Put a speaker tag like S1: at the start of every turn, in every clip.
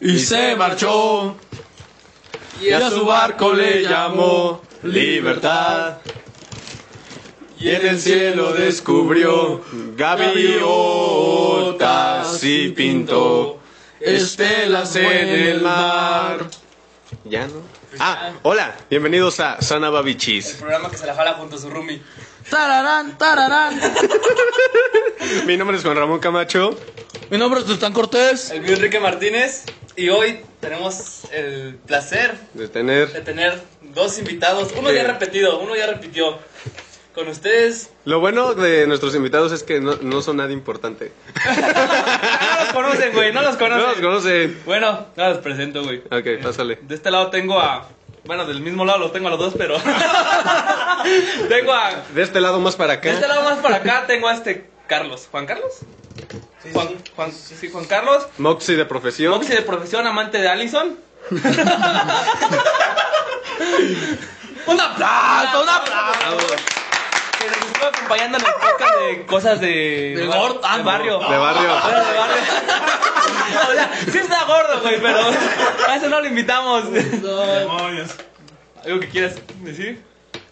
S1: y se marchó. Y a su barco le llamó Libertad. Y en el cielo descubrió gaviotas y pintó estelas en el mar.
S2: Ya no. Ah, hola, bienvenidos a Sana
S3: El
S2: Babichis.
S3: programa que se la jala junto a su roomie.
S1: Tararán, tararán.
S2: Mi nombre es Juan Ramón Camacho.
S1: Mi nombre es Tustán Cortés.
S3: El mío Enrique Martínez. Y hoy tenemos el placer
S2: De
S3: de
S2: tener.
S3: tener dos invitados. Uno ya
S2: Sí.
S3: repetido, uno ya repitió. Con ustedes.
S2: Lo bueno de nuestros invitados es que no, no son nada importante.
S3: Ah, no los conocen, güey, no los
S2: No
S3: conocen.
S2: los conocen.
S3: Bueno, no los presento, güey.
S2: Ok, pásale.
S3: De este lado tengo a. Bueno, del mismo lado los tengo a los dos, pero. tengo a.
S2: De este lado más para
S3: De este
S2: acá.
S3: lado más para acá tengo a este Carlos. ¿Juan Carlos? Juan, Juan, sí, Juan Carlos.
S2: Moxie de profesión.
S3: Moxie de profesión, amante de Allison.
S1: Un aplauso, un aplauso.
S3: Que nos estuvo acompañando en el podcast de cosas de.
S1: Del gordo, ah,
S3: de barrio.
S2: De barrio.
S3: Bueno, de barrio. o sea, sí está gordo, güey, pero a eso no lo invitamos. ¿Algo que quieras decir?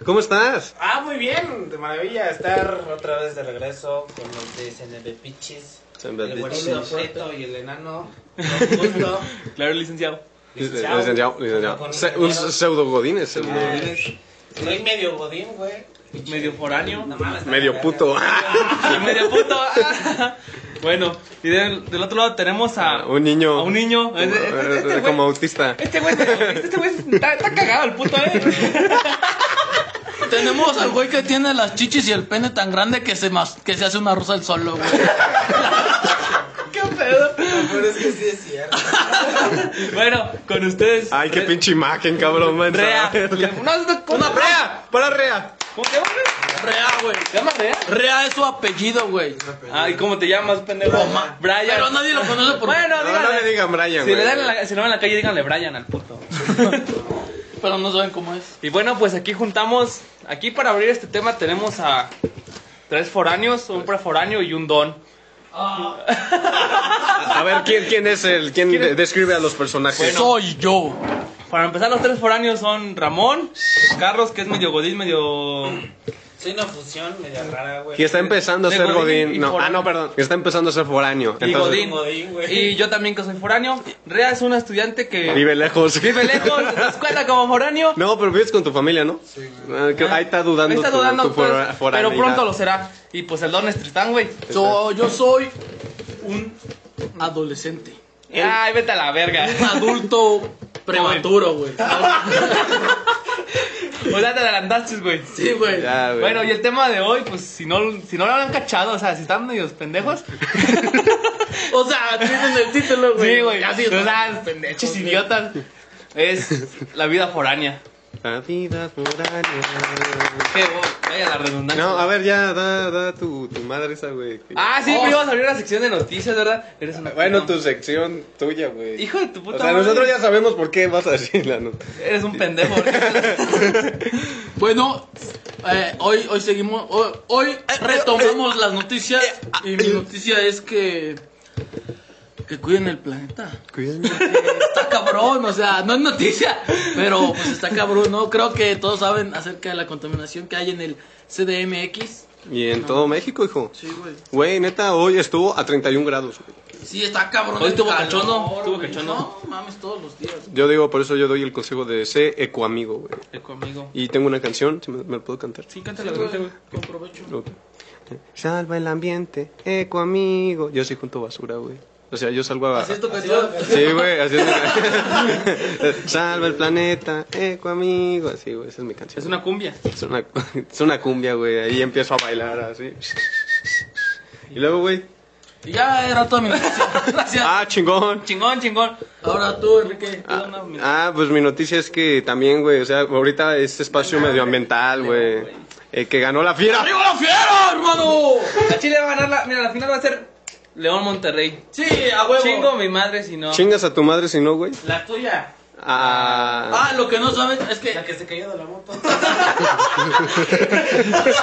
S2: ¿Cómo estás?
S4: Ah, muy bien, de maravilla estar otra vez de regreso con los de CNB Pitches. El güerito
S2: Licenciado.
S4: Prieto y el enano. Con gusto.
S3: Claro, licenciado.
S2: Licenciado. licenciado. Se- Un pseudo godín es pseudo godín.
S4: Soy medio godín, güey.
S3: Medio foráneo.
S4: Nada más está
S2: Medio
S4: la
S2: puto.
S3: Medio puto. Ah. bueno, y del, del otro lado tenemos a.
S2: Ah, Un niño. eh,
S3: A un niño. Este- este- este güey-
S2: Como autista.
S3: Este güey este güey está, está cagado el puto, eh.
S1: Tenemos al güey que tiene las chichis y el pene tan grande que se, mas- que se hace una rosa el solo, güey.
S3: ¿Qué pedo?
S4: verga. Pero es que sí es cierto.
S3: Bueno, con ustedes.
S2: Ay, qué
S3: Re-
S2: pinche imagen, cabrón, man.
S3: Rea. No, es
S2: ¡Una rea! ¡Para rea!
S3: ¿Cómo te llamas? güey?
S1: Rea, güey.
S3: ¿Te llamas Rea?
S1: Rea es su apellido, güey.
S3: Ay, ¿cómo te llamas, pendejo?
S1: Roma.
S3: Brian.
S1: Pero nadie lo conoce por-
S3: Bueno,
S2: No,
S3: díganle.
S2: no le digan Brian,
S3: Si,
S2: güey.
S3: le dan en la, si lo ven en la calle, díganle Brian al puto.
S1: Pero no saben cómo es.
S3: Y bueno, pues aquí juntamos. Aquí para abrir este tema tenemos a tres foráneos, un preforáneo y un don.
S2: A ver, ¿quién, quién es el? ¿Quién de- describe a los personajes?
S1: Soy yo.
S3: Para empezar, los tres foráneos son Ramón, Carlos, que es medio godín, medio.
S4: Soy una fusión medio rara, güey.
S2: Y está empezando a
S3: De
S2: ser
S3: Godín
S2: Godín.
S3: y
S2: No, ah,
S3: foráneo.
S2: no, perdón. Está empezando a ser foráneo.
S3: Y
S2: Entonces,
S3: Godín.
S4: Godín, güey.
S3: Y yo también, que soy foráneo. Rea es una estudiante que
S2: Vive lejos.
S3: vive lejos de la escuela como foráneo.
S2: No, pero vives con tu familia, ¿no? Ah, que- Ahí está dudando,
S3: Está
S2: tu-
S3: dudando,
S2: tu,
S3: pues,
S2: fora-
S3: pero
S2: foraneidad.
S3: pronto lo será. Y pues el don es Tristán, güey.
S1: So- yo soy un adolescente.
S3: Ay, vete a la verga.
S1: Un adulto prematuro, güey.
S3: O sea, te adelantaste, güey.
S1: Sí, güey.
S2: Ya, güey.
S3: Bueno, y el tema de hoy, pues si no, si no lo han cachado, o sea, si están medios pendejos.
S1: O sea, dicen el título, güey.
S3: Sí, güey.
S1: Así,
S3: o sea, pendejos, idiotas. Es la vida foránea.
S2: La vida foránea.
S3: Que, oh, vaya la redundancia.
S2: No, a ver, ya, da, da tu, tu madre esa, güey.
S3: Ah, sí, pero íbamos a abrir la sección de noticias, ¿verdad? Eres una
S2: Bueno,
S3: tú
S2: tu sección tuya, güey.
S3: Hijo de tu puta
S2: O sea,
S3: madre.
S2: nosotros ya sabemos por qué vas a decir la nota.
S3: Eres un pendejo.
S1: Bueno, eh, hoy, hoy seguimos, hoy, hoy retomamos las noticias y mi noticia es que que cuiden el planeta. Está cabrón, o sea, no es noticia, pero pues está cabrón, ¿no? Creo que todos saben acerca de la contaminación que hay en el CDMX.
S2: Y en todo México, hijo.
S1: Sí, güey.
S2: Güey, neta, hoy estuvo a 31 grados. güey.
S1: Sí, está cabrón.
S3: Hoy
S1: el
S3: estuvo
S1: calor,
S3: cachondo, estuvo
S1: güey.
S3: cachondo.
S1: No, mames, todos los días.
S2: Yo digo, por eso yo doy el consejo de ser ecoamigo, güey.
S3: conmigo.
S2: Y tengo una canción, si me, me la puedo cantar.
S3: Sí, cántale la güey.
S1: Con provecho.
S2: Ok. Salva el ambiente, ecoamigo. Yo sí junto basura, güey. O sea, yo salgo a...
S1: Así es tu
S4: Así
S1: canción.
S4: va.
S2: Sí, güey, así es mi canción. Salva el planeta, ecoamigo. Así, güey, esa es mi canción.
S3: Es una cumbia.
S2: Es una, es una cumbia, güey. Ahí empiezo a bailar así. Y luego, güey.
S1: Y ya era toda mi noticia. Gracias.
S2: Ah, chingón.
S3: Chingón, chingón.
S1: Ahora tú, Enrique.
S2: Ah, ah, pues mi noticia es que también, güey, o sea, ahorita este espacio medioambiental, güey, eh, que ganó la fiera.
S1: ¡Arriba la fiera, hermano!
S3: La Chile va a ganar la. Mira, la final va a ser León Monterrey.
S1: Sí, a huevo.
S3: Chingo mi madre si no.
S2: Chingas a tu madre si no, güey.
S4: La tuya. Ah.
S2: Ah,
S1: Ah, lo que no sabes es
S4: La
S1: que.
S4: que se cayó de la moto.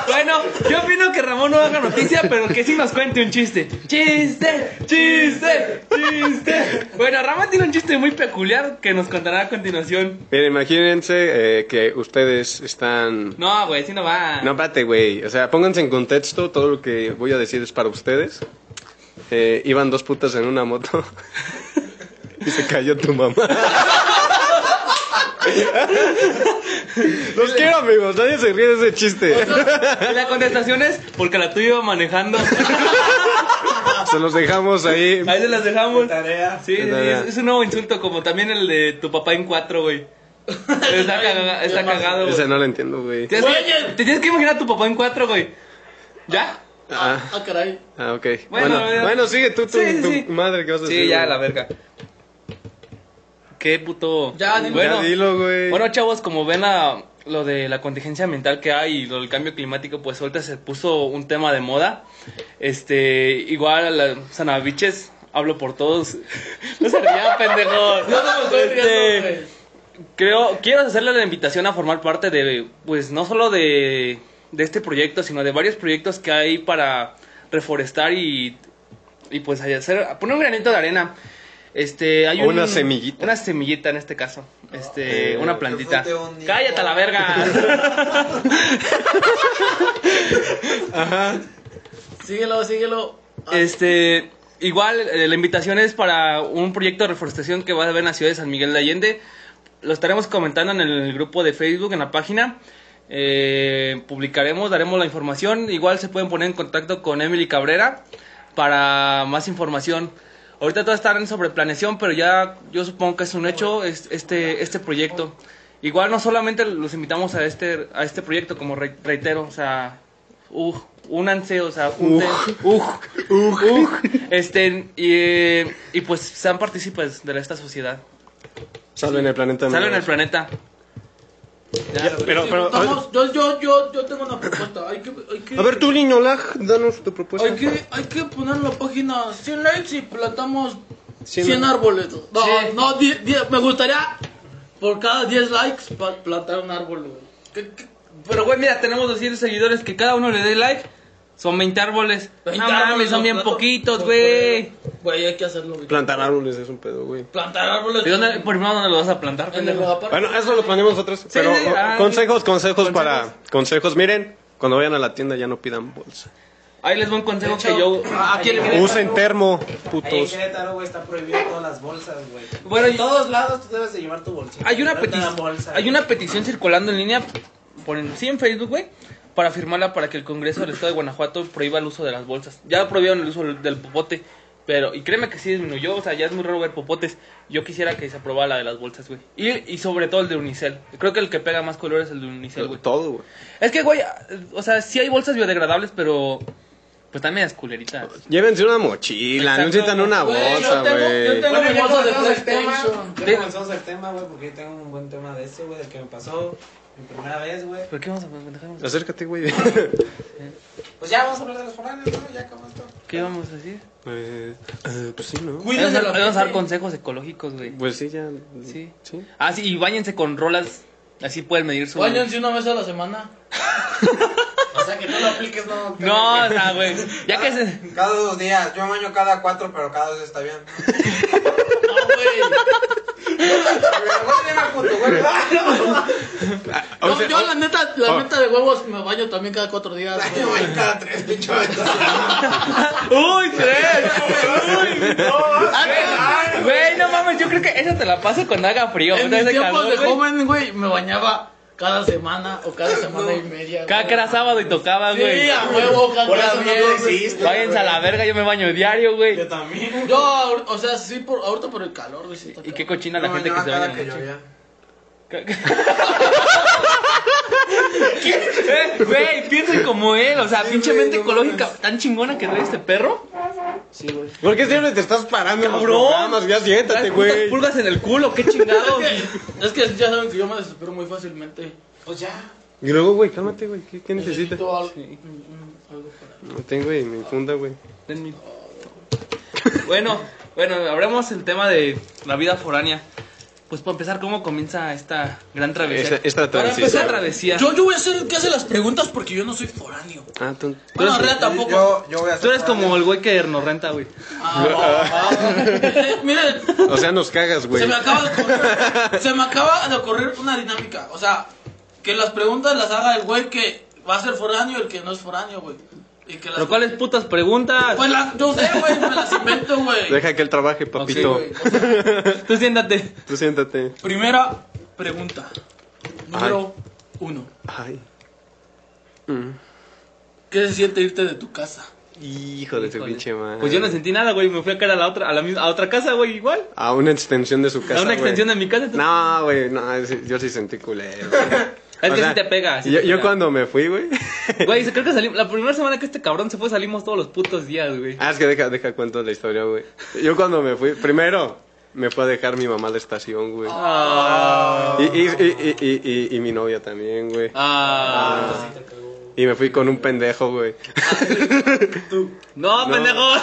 S3: Bueno, yo opino que Ramón no haga noticia, pero que sí nos cuente un chiste. ¡Chiste! ¡Chiste! ¡Chiste! Bueno, Ramón tiene un chiste muy peculiar que nos contará a continuación.
S2: miren, imagínense eh, que ustedes están...
S3: No, güey, sí no va.
S2: No, espérate, güey. O sea, pónganse en contexto, todo lo que voy a decir es para ustedes. Eh, iban dos putas en una moto y se cayó tu mamá. Los quiero, amigos. Nadie se ríe de ese chiste.
S3: Y la contestación es porque la tuya iba manejando.
S2: Se los dejamos ahí.
S3: Ahí se las dejamos.
S4: Tarea.
S3: Sí, sí,
S2: Tarea.
S3: es, es un nuevo insulto, como también el de tu papá en cuatro, güey. Está, caga- está cagado,
S2: Ese
S3: güey.
S2: no lo entiendo, güey.
S3: Tienes que- Te tienes que imaginar a tu papá en cuatro, güey. ¿Ya?
S2: Ah,
S1: Ah, caray.
S2: ah, ok.
S3: Bueno,
S2: Bueno,
S3: bueno.
S2: bueno, sigue tú, tu,
S3: Sí, sí,
S2: tu
S3: sí.
S2: madre que vas a decir.
S3: Sí, ya,
S2: güey.
S3: la verga. Qué puto.
S1: Ya, dilo.
S3: bueno,
S2: Ya dilo, güey.
S3: bueno, chavos, como ven la- lo de la contingencia ambiental que hay y lo del cambio climático, pues ahorita se puso un tema de moda. Este, igual a las sanaviches, hablo por todos. No se rían, pendejos.
S1: No, no, estoy
S3: Este,
S1: riendo, güey.
S3: Creo, quiero hacerle la invitación a formar parte de, pues no solo de, de este proyecto, sino de varios proyectos que hay para reforestar y, y pues hacer, poner un granito de arena. Este, hay
S2: O
S3: un-
S2: una semillita.
S3: Una semillita en este caso. Este,
S2: Eh,
S3: una plantita.
S4: que fronte un niño.
S3: Cállate a la verga.
S1: Síguelo, síguelo. Ah,
S3: este, igual eh, la invitación es para un proyecto de reforestación que va a haber en la ciudad de San Miguel de Allende. Lo estaremos comentando en el grupo de Facebook, en la página. Eh, publicaremos, daremos la información. Igual se pueden poner en contacto con Emily Cabrera para más información. Ahorita todas están sobre planeación, pero ya yo supongo que es un hecho es- este, este proyecto. Igual no solamente los invitamos a este, a este proyecto, como re- reitero, o sea, uj, únanse, o sea, junten, uj, uj, este, y, eh, y pues sean partícipes de esta sociedad.
S2: Salven el planeta.
S3: Salven
S2: amigos.
S3: el planeta. Ya.
S2: Pero, pero,
S1: Vamos, yo, yo, yo, yo tengo una propuesta. Hay que, hay que,
S2: a ver, tú, pues, niño Laj, danos tu propuesta.
S1: Hay que, hay que poner la página 100 likes y plantamos
S2: 100
S1: 100, árboles. No,
S3: Sí.
S1: no, die- die- me gustaría por cada 10 likes pa- plantar un árbol, güey. ¿Qué- qué?
S3: Pero, güey, mira, tenemos 200 seguidores que cada uno le dé like. Son 20 árboles.
S1: 20
S3: no mames,
S1: árboles,
S3: son bien
S1: plato-
S3: poquitos,
S1: por-
S3: güey.
S1: Güey, hay que hacerlo, güey.
S2: Plantar árboles es un pedo, güey.
S1: Plantar árboles.
S3: ¿Y dónde, primero, dónde lo vas a plantar,
S1: En el
S3: pendejo?
S1: Guadalajara.
S2: Bueno, eso lo ponemos nosotros. pero
S3: sí,
S2: o-
S3: ah,
S2: consejos, consejos, para. Consejos, miren, cuando vayan a la tienda ya no pidan bolsa.
S3: Ahí les voy un consejo
S1: De hecho,
S3: ah, que yo.
S1: ¿a quién le-
S2: Usen termo,
S4: Ahí en
S2: putos.
S4: Querétaro, güey, está prohibido todas las bolsas, güey.
S3: Bueno,
S4: Bueno, en
S3: y-
S4: todos lados tú debes de llevar tu bolsita.
S3: Hay una,
S4: No te
S3: peti-
S4: dan bolsa,
S3: hay
S4: güey.
S3: una petición circulando en línea, por en, sí en Facebook, güey, para firmarla para que el Congreso del Estado de Guanajuato prohíba el uso de las bolsas. Ya prohibieron el uso del, del popote, pero, y créeme que sí disminuyó, o sea, ya es muy raro ver popotes. Yo quisiera que se aprobara la de las bolsas, güey. Y, y sobre todo el de Unicel. Creo que el que pega más color es el de Unicel, güey.
S2: Todo, güey.
S3: Es que, güey, o sea, sí hay bolsas biodegradables, pero pues también es culerita.
S2: Llévense una mochila, no
S3: Exacto.
S2: necesitan una
S1: Güey, yo
S2: bolsa,
S1: tengo- yo
S2: güey.
S1: tengo-
S4: Bueno, ya
S1: Bolsas de
S4: comenzamos el tema.
S1: PlayStation.
S4: Ya
S3: Sí.
S4: comenzamos el tema, güey, porque yo tengo un buen tema de eso, güey, del que me pasó mi primera vez, güey.
S3: ¿Pero qué vamos a pendejadas?
S2: Acércate, güey.
S4: Pues ya vamos a hablar de los foráneos, ¿no? Ya acabó esto.
S3: ¿Qué vamos a decir?
S2: Eh, eh, pues sí, ¿no?
S1: Cuiden de la
S3: Vamos a dar
S1: gente.
S3: consejos ecológicos, güey.
S2: Pues sí, ya.
S3: Sí.
S2: Sí.
S3: Ah, sí, y bañense con rolas. Así pueden medir su.
S1: Báñense una vez a la semana.
S4: O sea, que tú lo apliques, no.
S3: No, o sea, güey. Ya que se.
S4: Cada dos días. Yo baño cada cuatro, pero cada dos está bien.
S1: No, güey.
S2: Ah, o
S1: No,
S2: sea,
S1: yo, la neta, la
S2: oh.
S1: neta de huevos me baño también cada cuatro días, güey.
S4: cada tres, pinche
S3: ¡Uy, tres! ¡Uy! Güey, no mames, yo creo que esa te la paso cuando haga frío.
S1: En
S3: cuando
S1: mis
S3: hace
S1: tiempos
S3: calor,
S1: de
S3: güey.
S1: joven, güey, me bañaba cada semana o cada semana y media.
S3: Cada
S1: güey.
S3: que era sábado y tocaba, güey.
S1: Sí, a huevo, cada
S4: Por eso
S1: semana,
S4: no
S1: güey.
S4: existe.
S3: Váyanse a la verga, yo me baño diario, güey.
S4: Yo también.
S1: Yo, ahor- o sea, sí, por, ahorita por el calor, güey. sí está
S3: Y qué
S1: cabrón.
S3: cochina la gente que se baña. en la noche. Eh, Güey, piensen como él, o sea, pinche
S4: güey,
S3: mente
S4: no
S3: ecológica tan chingona que trae este perro.
S2: ¿Por qué siempre te estás parando en los
S3: Cabrón.
S2: programas? Ya siéntate,
S3: Trae putas
S2: güey.
S3: pulgas en el culo, qué chingado.
S1: Es que, es que ya saben que yo me desespero muy fácilmente.
S4: Pues ya.
S2: Y luego, güey, cálmate, güey. ¿Qué, qué necesitas?
S1: Necesito algo,
S3: Sí.
S1: mm, algo para-
S2: No tengo, güey, me funda, güey.
S3: En mi- Bueno, bueno, hablemos el tema de la vida foránea. Pues para empezar, ¿cómo comienza esta gran travesía?
S2: Esta- esta
S3: Para
S2: travesía.
S3: empezar, travesía.
S1: Yo, yo voy a ser el que hace las preguntas porque yo no soy foráneo.
S2: Ah, tú. tú
S1: Bueno,
S2: eres-
S1: Rea tampoco.
S4: Yo, yo voy a
S3: Tú eres como el güey que nos renta, güey.
S1: Ah, ah, ah. Miren,
S2: O sea, nos cagas, güey.
S1: se me acaba de ocurrir, se me acaba de ocurrir una dinámica. O sea, que las preguntas las haga el güey que va a ser foráneo y el que no es foráneo, güey. Y que las-
S3: Pero ¿cuáles putas preguntas?
S1: Pues las, yo sé, güey, me las invento, güey.
S2: Deja que él trabaje, papito.
S1: Sí, güey. O sea,
S3: Tú siéntate.
S2: Tú siéntate.
S1: primera pregunta. Número uno.
S2: Ay.
S1: ¿Qué se siente irte de tu casa?
S2: Hijo de su
S3: Híjole.
S2: pinche madre.
S3: Pues yo no sentí nada, güey. Me fui a cara a la otra, a la misma, a otra casa, güey, igual.
S2: A una extensión de su casa.
S3: a una
S2: güey.
S3: extensión de mi casa. tú-
S2: No, güey, no, sí- yo sí sentí culero.
S3: Es que sí te pega, sí
S2: yo,
S3: te
S2: yo
S3: pega.
S2: cuando me fui, güey.
S3: Güey, creo que salimos. La primera semana que este cabrón se fue, salimos todos los putos días, güey.
S2: Ah, es que deja, deja cuento la historia, güey. Yo cuando me fui, primero me fue a dejar mi mamá a la estación, güey.
S3: Ah.
S2: Y, y, y, y, y- y- y mi novia también, güey.
S3: Ah.
S2: Y me fui con un pendejo, güey.
S3: No,
S2: No.
S3: pendejo.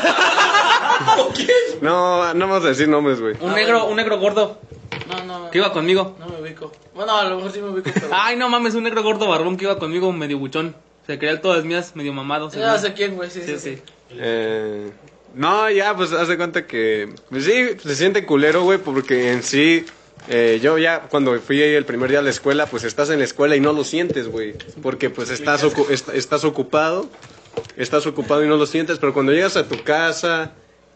S2: No, no vamos a decir nombres, güey.
S1: Ah,
S3: Un negro, un negro gordo
S1: No, no,
S3: que iba Ah, conmigo.
S1: no me ubico. Bueno, a lo mejor sí me ubico, pero...
S3: Ay, no mames, un negro gordo barbón que iba conmigo, medio buchón. Se creía el todas mías, medio mamado.
S1: Ya
S3: según.
S1: sé quién, güey, sí,
S3: Sí,
S1: sí,
S3: sí.
S2: Eh, no, ya, pues haz de cuenta que. pues, sí, se siente culero, güey, porque en sí. eh, yo ya cuando fui ahí el primer día a la escuela, pues estás en la escuela y no lo sientes, güey. Porque pues estás, ocu- est- estás ocupado, estás ocupado y no lo sientes, pero cuando llegas a tu casa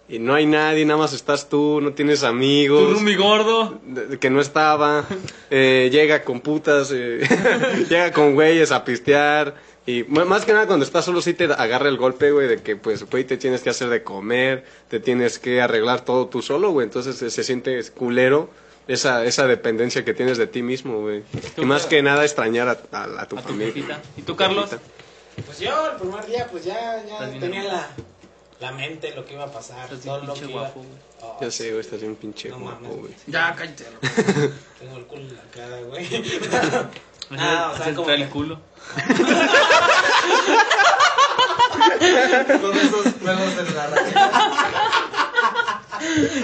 S2: y no hay nadie, nada más estás tú, no tienes amigos
S3: Tu rumi gordo.
S2: de- que no estaba, eh, llega con putas, eh, llega con güeyes a pistear. Y m- más que nada cuando estás solo sí te agarra el golpe, güey, de que pues, güey, te tienes que hacer de comer, te tienes que arreglar todo tú solo, güey. Entonces se, se siente culero esa, esa dependencia que tienes de ti mismo, güey. Y más que nada extrañar a, a- a tu
S3: A tu
S2: familia.
S3: jefita. ¿Y tú, Carlos?
S4: Pues yo, el primer día, pues ya, ya
S3: Estás bien
S4: tenía
S3: guapo.
S4: la, la mente, lo que iba a pasar,
S3: Estás bien
S4: todo lo que
S3: pinche
S4: iba.
S3: guapo, güey.
S4: Oh,
S2: Ya sé, güey, estás bien pinche
S4: No
S2: guapo,
S4: mames.
S2: güey.
S1: Ya, cállate. loco.
S4: Tengo el culo en la cara, güey.
S3: Ah,
S4: ah, o sea, como
S3: el culo.
S4: que con esos juegos de la radio.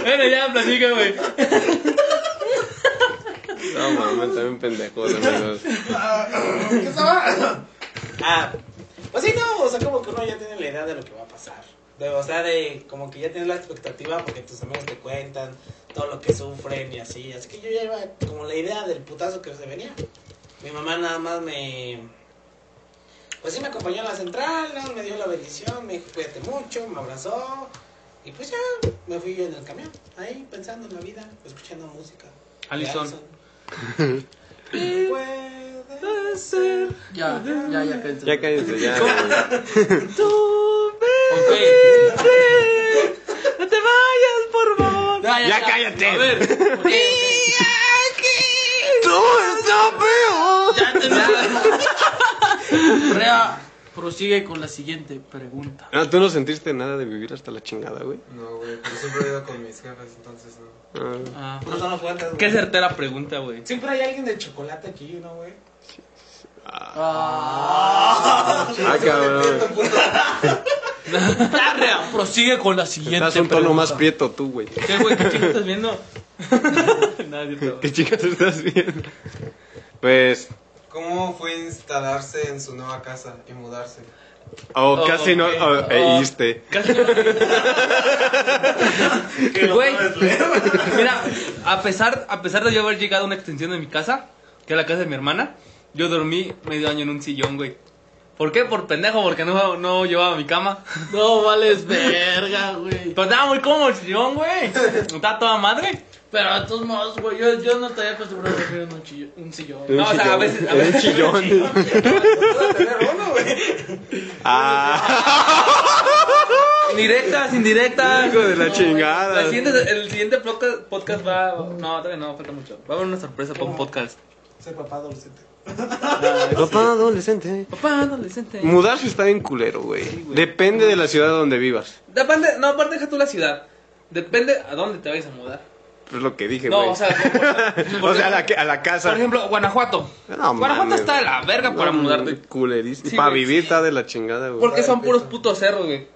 S3: Bueno, ya, platica, güey.
S2: No, mames, también pendejos, amigos.
S4: ¿Qué estaba? Ah, pues sí, no, o sea, como que uno ya tiene la idea de lo que va a pasar. De- o sea, de como que ya tienes la expectativa porque tus amigos te cuentan todo lo que sufren y así. Así que yo ya iba como la idea del putazo que se venía. Mi mamá nada más me... Pues sí, me acompañó a la central, nada más me dio la bendición, me dijo cuídate mucho, me abrazó. Y pues ya me fui yo en el camión, ahí pensando en la vida, escuchando música. de
S3: Alison.
S4: Puede
S3: ser.
S1: Ya, ya, ya, cállate.
S2: Ya cállate, ya. güey.
S3: Tú
S1: Ok.
S3: vete. No te vayas, por favor.
S2: Ya cállate.
S1: A ver, ok,
S2: ¡Tú estás feo!
S1: ya te Rea, prosigue con la siguiente pregunta.
S2: Ah, ¿tú no sentiste nada de vivir hasta la chingada, güey?
S5: No, güey, pero siempre he ido con mis jefes, entonces no.
S2: Ah,
S3: Ah,
S4: No son las cuentas, güey.
S3: qué certera pregunta, güey.
S4: Siempre hay alguien de chocolate aquí, ¿no, güey?
S2: ah, cabrón.
S1: Ya, Rea, prosigue con la siguiente
S2: Estás un tono
S1: pregunta.
S2: más prieto tú, güey.
S3: ¿Qué, güey? ¿Qué chingo estás viendo? Nada, es cierto, güey.
S2: ¿Qué chicas estás viendo? Pues,
S5: ¿Cómo fue instalarse en su nueva casa y mudarse?
S2: oh,
S3: Oh,
S2: casi no
S3: ok.
S2: oh, eh, hiciste.
S3: Casi no- Güey, mira, a pesar, a pesar de yo haber llegado a una extensión de mi casa, que era la casa de mi hermana, yo dormí medio año en un sillón, güey. ¿Por qué? Por pendejo, porque no, no llevaba mi cama.
S1: No vales verga, güey.
S3: Pero estaba muy cómodo el sillón, güey. Estaba toda madre.
S1: Pero de todos modos, güey, yo, yo no te había acostumbrado a dormir en un, chillo- un sillón.
S2: En
S3: No, o
S2: un
S3: sea, a
S2: chillón.
S3: veces- a
S2: En
S3: veces-
S2: un chillón. Ah,
S3: Indirectas, indirectas.
S2: hijo de la
S3: La
S2: chingada.
S3: siguiente- el siguiente podca- podcast va. No, todavía no, falta mucho. Va a haber una sorpresa para un podcast.
S4: Soy papá adolescente.
S2: Ah, Papá adolescente.
S3: Papá, adolescente.
S2: Mudarse está bien culero, güey. Depende de la ciudad donde vivas.
S3: Depende, no, aparte deja tú la ciudad. Depende a dónde te vayas a mudar.
S2: Es lo que dije, güey.
S3: No, o sea, por,
S2: O sea, a la, que- a la casa.
S3: por ejemplo, Guanajuato.
S2: No,
S3: Guanajuato
S2: mames.
S3: está de la verga para mudarte.
S2: Culerísimo.
S3: Sí,
S2: para
S3: güey,
S2: vivir
S3: sí.
S2: está de la chingada, güey.
S3: Porque son puros putos cerros, güey.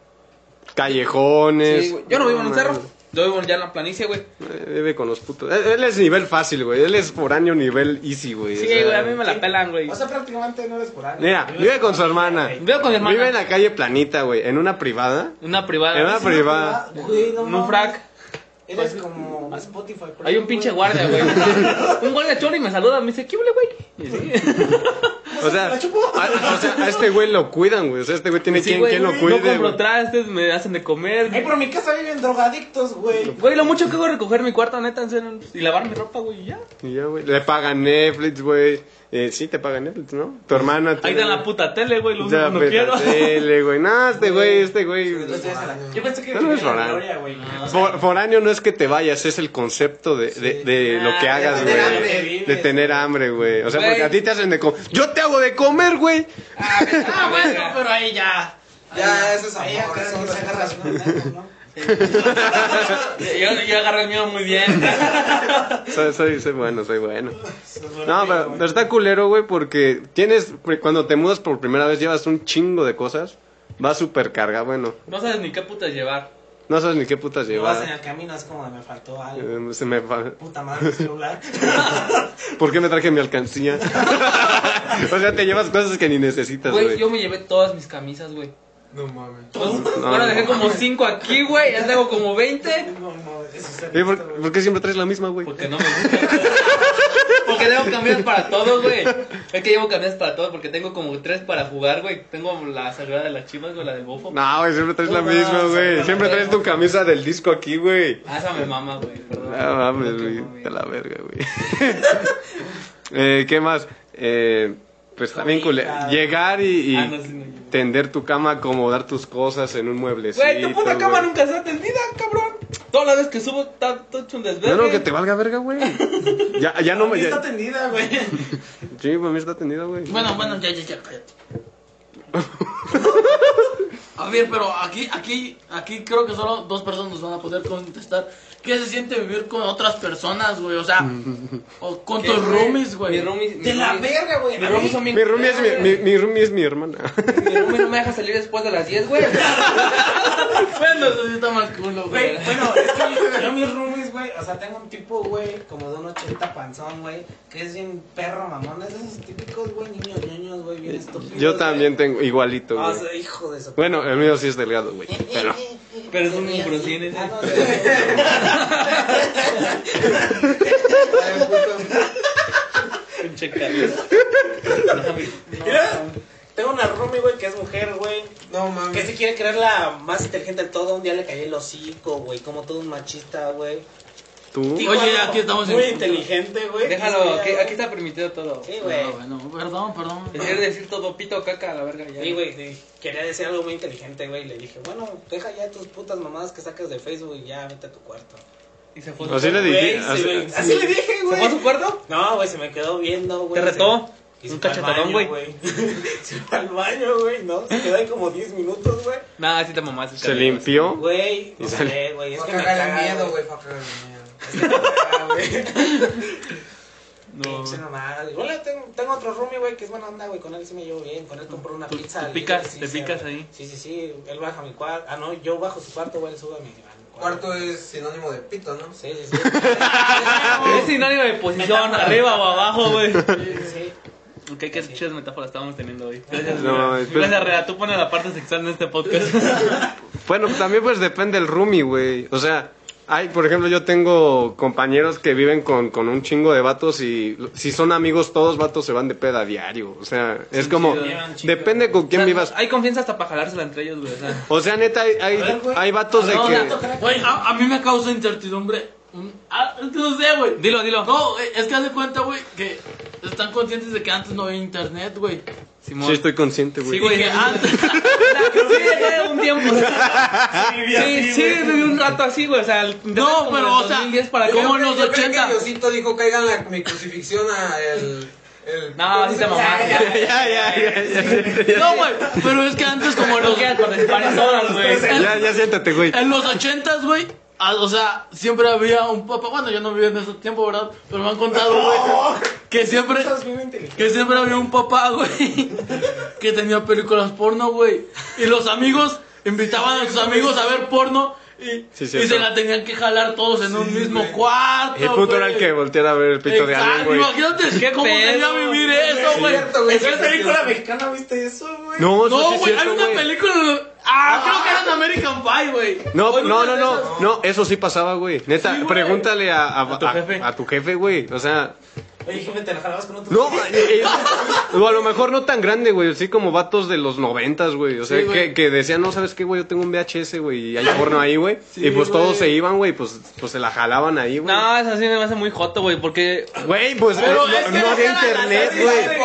S2: Callejones.
S3: Sí, güey. Yo no vivo en un cerro.
S2: mames.
S3: Yo vivo ya en la planicie, güey.
S2: Eh, Vive con los putos. Eh, Él, él es nivel fácil, güey. Él es foráneo nivel easy, güey.
S3: Sí,
S2: o sea,
S3: güey, a mí me la pelan, güey.
S4: O sea, prácticamente no eres coral.
S2: Mira, vive con su hermana.
S3: Vivo con mi hermana.
S2: Vive en la calle planita, güey. En una privada.
S3: Una privada.
S2: En una privada.
S4: Güey, no
S3: En un
S4: mames.
S3: frac.
S4: Eres como Spotify. por
S3: Hay un
S4: ahí,
S3: pinche
S4: güey.
S3: guardia, güey. un guardia chorro y me saluda, me dice, ¿qué huele, güey? Y sí.
S2: O sea,
S4: ¿La chupó?
S2: a, o sea, a este güey lo cuidan, güey. O sea, este güey tiene
S3: Sí,
S2: quien,
S3: güey,
S2: quien lo
S3: no
S2: cuide.
S3: compro
S2: güey.
S3: trastes, me hacen de
S4: Ay,
S3: comer.
S4: por mi casa viven drogadictos, güey.
S3: Güey, lo mucho que hago es recoger mi cuarto, neta, en serio, y lavar mi ropa, güey, y ya.
S2: Y ya, güey. Le pagan Netflix, güey. Eh, sí, te pagan Netflix, ¿no? Tu hermana.
S3: Ahí
S2: tiene-
S3: está la puta tele, güey, lo uso
S2: Ya,
S3: cuando
S2: pues,
S3: quiero.
S2: la tele, güey. No, este güey, este güey.
S4: Los días a la- Yo pensé que
S2: No, no
S4: vivía
S2: es
S4: en la
S2: oral.
S4: gloria, güey. O sea,
S2: For- foráneo no es que te vayas, es el concepto de, de, de lo que
S3: Ah,
S2: hagas,
S4: de
S2: güey.
S4: tener hambre, vives,
S2: De tener hambre, güey. O sea,
S3: Güey.
S2: porque a ti te hacen de comer. Yo te hago de comer, güey.
S4: Ah, bueno, pero ahí ya.
S5: Ya, eso es
S4: Ahí
S5: amor.
S4: acá
S5: eso
S4: no
S5: es
S4: se agarras una ¿no?
S3: Yo, yo agarré el mío muy bien.
S2: Soy, soy, soy bueno, soy bueno.
S4: bueno,
S2: No, pero,
S4: güey.
S2: pero está culero, güey, porque tienes. Cuando te mudas por primera vez, llevas un chingo de cosas. Vas súper carga, bueno.
S3: No sabes ni qué putas llevar.
S2: No sabes ni qué putas
S4: Lo vas en
S2: llevas.
S4: el camino, es como me faltó algo.
S2: Eh, Se me fa-
S4: Puta madre, celular.
S2: ¿Por qué me traje mi alcancía? o sea, te llevas cosas que ni necesitas,
S3: Güey,
S2: güey.
S3: yo me llevé todas mis camisas, güey.
S5: No mames.
S2: No,
S3: Ahora
S2: no.
S3: dejé como 5 aquí, güey, ya tengo como 20.
S4: No, no, eso es
S2: ¿Y Eh, por, por qué siempre traes la misma, güey?
S3: Porque no me gusta. Porque tengo camisas para todos, güey. Es que llevo camisas para todos porque tengo como tres para jugar, güey. Tengo la sagrada de las chivas, güey, la del bofo.
S2: No, güey, siempre traes la
S3: No,
S2: misma,
S3: no,
S2: güey.
S3: no,
S2: Siempre
S3: no,
S2: traes
S3: no.
S2: tu camisa del disco aquí, güey.
S3: Ah, esa me mama, güey. Perdón.
S2: No mames,
S3: Creo que mami.
S2: güey. De la verga, güey. eh, ¿Qué más? Eh, pues también culero. Llegar y, y
S3: Ah, no, sí, no, yo-
S2: tender tu cama, acomodar tus cosas en un mueblecito.
S3: Güey, tu puta cama
S2: güey.
S3: nunca se ha atendido, cabrón. Todas las veces que subo, está todo hecho un desvelo.
S2: No, no, que te valga verga, güey. Ya, ya no me.
S4: Está
S2: ya-
S4: tendida, güey.
S2: Sí, para mí está tendido, güey.
S1: Bueno, bueno, ya, ya, ya, cállate. A ver, pero aquí, aquí, aquí creo que solo dos personas nos van a poder contestar. ¿Qué se siente vivir con otras personas, güey? O sea, o con
S3: ¿Qué,
S1: tus
S3: güey?
S1: roomies, güey.
S3: Mi roomies.
S4: De la verga, güey.
S3: Mi
S4: A mí-
S3: roomies son bien.
S2: Mi roomie es mi, mi,
S3: culeros,
S2: mi roomie es mi hermana.
S3: güey. Mi roomie no me deja salir después de las 10, güey.
S1: Bueno, se siente más culo, güey.
S4: Güey, bueno, es que yo mis roomies, güey, o sea, tengo un tipo, güey, como de un 80 panzón, güey, que es bien perro mamón, es de esos típicos, güey, niños ñoños, güey, bien estúpidos.
S2: Yo también tengo igualito,
S4: güey. Ah,
S2: güey.
S4: o sea, hijo de su...
S2: Bueno, el mío sí es delgado, güey. Pero.
S3: Pero es un imbrocín ese.
S4: Ah, no, sí.
S3: Pinche Carlos.
S4: Mira, tengo una roomie, güey, que es mujer, güey,
S5: No
S4: que se
S5: mames.
S4: quiere creer la más inteligente de todo, un día le caí el hocico, güey, como todo un machista, güey.
S2: Tú.
S4: Digo,
S1: Oye,
S4: algo
S1: aquí estamos en-
S4: Muy inteligente, güey.
S3: Déjalo,
S4: Sí,
S3: aquí,
S4: güey.
S3: aquí está permitido todo.
S4: Sí, güey.
S1: No, bueno, perdón, perdón.
S3: Te quiero decir todo pito caca a la verga ya.
S4: Sí, güey, sí. quería decir algo muy inteligente, güey. y Le dije, bueno, deja ya tus putas mamadas que sacas de Facebook y ya vete a tu cuarto.
S3: Y se fue. a su
S2: Así le
S3: cuarto.
S2: dije.
S4: Güey, se
S2: así-
S4: me- así le dije,
S3: ¿Se fue a
S4: güey.
S3: su cuarto?
S4: No, güey, se me quedó viendo,
S3: ¿Te
S4: güey.
S3: retó?
S4: se- y se
S3: Un
S4: fue al
S3: cachetadón,
S4: baño,
S3: güey.
S4: se fue al baño, güey, ¿no? Se quedó ahí como 10 minutos, güey.
S3: Nah, sí te mamaste.
S2: Se
S3: Carlos.
S2: limpió.
S4: Güey,
S2: Y
S4: no
S2: sale.
S4: sé, güey. Es
S5: Fue
S4: que
S5: a
S4: me
S5: cagar
S4: caga,
S5: el miedo, güey. Fue a cagar el miedo. Ah, güey.
S3: No.
S4: Pinche mamada, güey. Bueno, tengo, tengo otro roomie, güey, que es buena onda, güey. Con él sí me llevo bien. Con él compré una
S3: Tú-
S4: pizza.
S3: tú
S4: al-
S3: picas,
S4: sí,
S3: te
S4: sí,
S3: picas
S4: güey.
S3: ahí.
S4: Sí, sí, sí. Él baja mi cuarto. Ah, no, yo bajo su cuarto, güey. Él sube a mi, a mi
S5: Cuarto es sinónimo de pito, ¿no?
S4: Sí, sí, sí. Sí,
S3: Es sinónimo de posición, arriba o abajo, güey.
S4: sí, sí.
S3: Ok, qué chidas metáforas estábamos teniendo hoy. Gracias,
S2: No,
S3: Rea.
S2: mames, pues-
S3: Gracias, Rea. Tú pones la parte sexual en este podcast.
S2: Bueno, también pues depende el roomie, güey. O sea, hay, por ejemplo, yo tengo compañeros que viven con, con un chingo de vatos y si son amigos todos vatos se van de peda diario. O sea, es como,
S3: chido.
S2: depende con quién
S3: O sea,
S2: vivas.
S3: Hay confianza hasta para jalársela entre ellos, güey. O sea,
S2: O sea, neta, hay, hay,
S4: ver, güey.
S2: hay vatos de
S3: No,
S2: que...
S4: dato, crack.
S1: Güey, a, a mí me causa incertidumbre. un- ah, no sé, güey.
S3: Dilo, dilo.
S1: No, güey, es que haz de cuenta, güey, que están conscientes de que antes no había internet, güey.
S3: Simón.
S2: Sí, estoy consciente,
S3: Sí,
S2: güey.
S3: güey.
S1: Y que antes-
S3: La que sí, güey, un tiempo.
S4: viví
S3: Sí,
S4: así,
S3: sí,
S4: güey.
S3: viví un rato así, güey. O sea, el-
S1: No,
S3: como
S1: pero,
S3: del
S1: o sea,
S3: 2010 para acá.
S1: ¿cómo
S5: Yo creo-
S1: los
S5: yo creo que
S1: 80?
S5: Diosito dijo, caigan la, mi crucifixión a el... el
S3: No, sí te mamaste.
S5: Ya, ya,
S2: Ya, ya, ya, ya, ya, ya.
S1: No, güey, pero es que antes como en
S3: No
S1: los,
S3: quieras participar en todas, güey.
S2: Ya, ya siéntate, güey.
S1: en los ochentas, güey, ah, o sea, siempre había un papá, bueno, yo no viví en ese tiempo, ¿verdad? Pero me han contado, güey, que siempre,
S4: Estás bien inteligente.
S1: que siempre había un papá, güey, que tenía películas porno, güey. Y los amigos invitaban a sus amigos a ver porno Y,
S2: Sí,
S1: y
S2: cierto.
S1: se la tenían que jalar todos en un mismo cuarto.
S2: El punto era el
S1: güey.
S2: que volteara a ver el pito de alguien,
S1: Exacto,
S2: güey.
S1: imagínate
S3: ¿Qué
S1: cómo
S3: pedo?
S1: quería vivir eso,
S5: Sí.
S1: güey.
S5: Cierto, güey.
S4: Es que
S5: Esa
S4: en película
S5: película-
S4: mexicana viste eso, güey.
S2: No, eso sí
S1: No,
S2: es
S1: güey, hay
S2: cierto,
S1: una
S2: güey.
S1: película. Ah, creo que era en American Pie, güey.
S2: No,
S1: Fue
S2: no,
S1: una
S2: no,
S1: de esas.
S2: no, no, eso sí pasaba, güey. Neta,
S1: Sí, güey.
S2: pregúntale a, a,
S3: tu
S2: a-
S3: jefe.
S2: a tu jefe, güey. O sea,
S4: Oye, jefe, te la jalabas con otro.
S2: no, eh, eh, o a lo mejor no tan grande, güey. Así como vatos de los noventas, güey. O sea,
S1: Sí, güey.
S2: que, que decían, no, ¿sabes qué, güey? Yo tengo un VHS, güey, y hay porno ahí, güey.
S1: Sí,
S2: y pues
S1: güey.
S2: todos se iban, güey, pues, pues se la jalaban ahí, güey.
S3: No, eso Ah, sí me hace muy joto, güey, porque...
S2: Güey, pues
S1: Pero
S2: eh, no-
S1: es que
S2: no,
S1: no
S2: había
S1: eran las
S2: internet,
S1: series,
S2: güey.
S1: güey.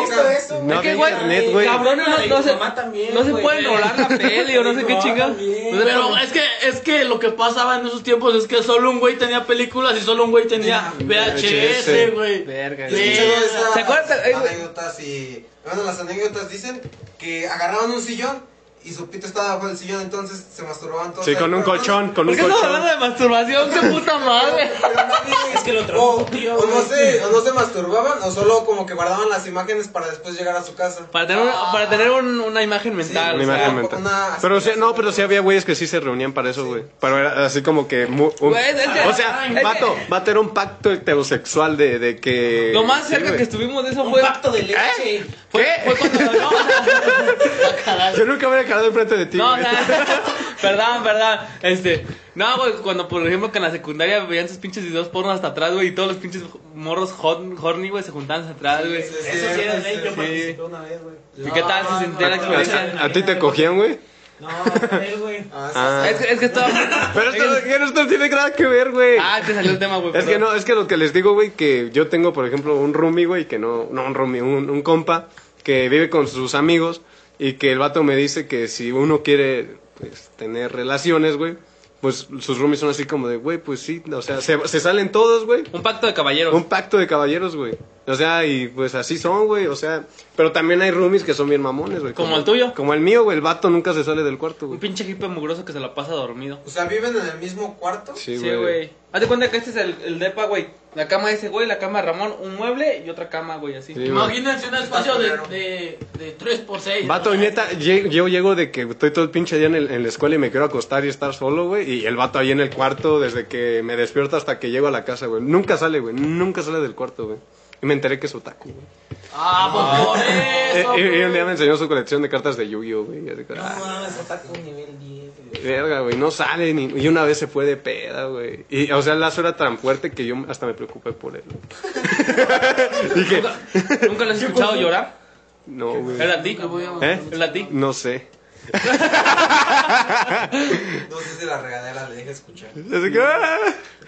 S2: No
S3: Es que,
S2: había
S3: güey,
S2: internet, güey.
S3: Cabrones no, no
S4: Mi
S3: se,
S4: mamá también,
S3: no se
S4: güey.
S3: pueden rolar la peli o no sé qué Pues chingado.
S4: también.
S1: Pero es que, es que lo que pasaba en esos tiempos es que solo un güey tenía películas y solo un güey tenía VHS, güey.
S3: Verga,
S1: Sí.
S3: güey.
S5: Escuchado esas
S3: ¿Se acuerdan? Eh, güey.
S5: Anécdotas y. Bueno, las anécdotas dicen que agarraban un sillón y su pito estaba bajo el sillón, entonces se masturbaban todos.
S2: Sí,
S5: ahí,
S2: con un
S5: pero-
S2: colchón, con
S3: ¿Por
S2: un
S3: qué estamos hablando
S2: colchón.
S3: de masturbación? ¡Qué puta madre!
S5: Pero nadie-
S4: Es que lo trajo
S5: o,
S4: tu tío,
S5: o no
S4: güey.
S5: se, o no se masturbaban, o solo como que guardaban las imágenes para después llegar a su casa.
S3: Para tener, una- para tener un- una imagen mental.
S2: Una
S3: o sea,
S2: imagen
S5: una-
S2: mental.
S5: una-
S2: Pero sí, no, pero sí había güeyes que sí se reunían para eso, güey. Pero era así como que. mu- un-
S3: Güey, es que-
S2: o sea,
S3: es que-
S2: vato, vato era un pacto heterosexual de, de que.
S3: Lo más
S2: Sí,
S3: cerca
S2: güey.
S3: que estuvimos de eso
S4: Un
S3: fue...
S4: pacto de leche.
S2: ¿Eh? ¿Qué? Yo nunca hubiera quedado enfrente de ti.
S3: No, o
S2: güey.
S3: sea, perdón, perdón. Este, no, güey, cuando por ejemplo que en la secundaria veían sus pinches videos porno hasta atrás, güey, y todos los pinches morros hot- horny, güey, se juntaban hasta atrás, güey.
S5: sí,
S4: Eso sí era ley, yo
S5: Sí.
S4: participé una vez, güey.
S3: ¿Y qué tal
S1: No,
S3: se sentía la
S1: no,
S3: experiencia?
S2: ¿A, a ti te cogían, güey?
S4: No, él, güey.
S5: Ah,
S2: Ah.
S3: Es que, es que estaba.
S2: Pero esto, que esto no tiene nada que ver, güey.
S3: Ah, te salió el tema, güey.
S2: Es que
S3: perdón.
S2: no, es que lo que les digo, güey, que yo tengo, por ejemplo, un roomie, güey, que no, no un roomie, un, un compa que vive con sus amigos y que el vato me dice que si uno quiere pues, tener relaciones, güey, pues sus roomies son así como de, güey, pues sí, o sea, se, se salen todos, güey.
S3: Un pacto de caballeros.
S2: Un pacto de caballeros, güey. O sea, y pues así son, güey, o sea, pero también hay roomies que son bien mamones, güey.
S3: Como el tuyo.
S2: Como el mío, güey, el vato nunca se sale del cuarto,
S3: Un
S2: güey.
S3: pinche hippie mugroso que se la pasa dormido.
S5: O sea, viven en el mismo cuarto.
S2: Sí,
S3: Sí, güey. Haz de cuenta que este es el, el depa, güey. La cama de ese güey, la cama de Ramón, un mueble y otra cama, güey, así.
S2: Sí, güey.
S1: Imagínense un espacio de, de, de 3x6.
S2: Vato, y neta, lle- yo llego de que estoy todo el pinche día en, el- en la escuela y me quiero acostar y estar solo, güey. Y el vato ahí en el cuarto desde que me despierto hasta que llego a la casa, güey. Nunca sale, güey. Nunca sale del cuarto, güey. Y me enteré que es otaku, güey.
S1: Ah, pues por
S2: Eh,
S1: eso.
S2: y, y un
S1: güey.
S2: día me enseñó su colección de cartas de Yu-Gi-Oh, güey. Y así que,
S4: No
S2: ah,
S4: mames, otaku nivel 10, güey.
S2: verga, güey. No sale ni... Y una vez se fue de peda, güey. Y, o sea, el lazo era tan fuerte que yo hasta me preocupé por él. Dije,
S3: ¿Nunca lo has escuchado llorar?
S2: no, güey.
S3: ¿El a ti?
S1: pues, Nunca voy a-
S2: ¿Eh?
S3: ¿El a ti?
S2: No sé.
S5: No sé si la regadera le deja escuchar.
S2: Así que, ah.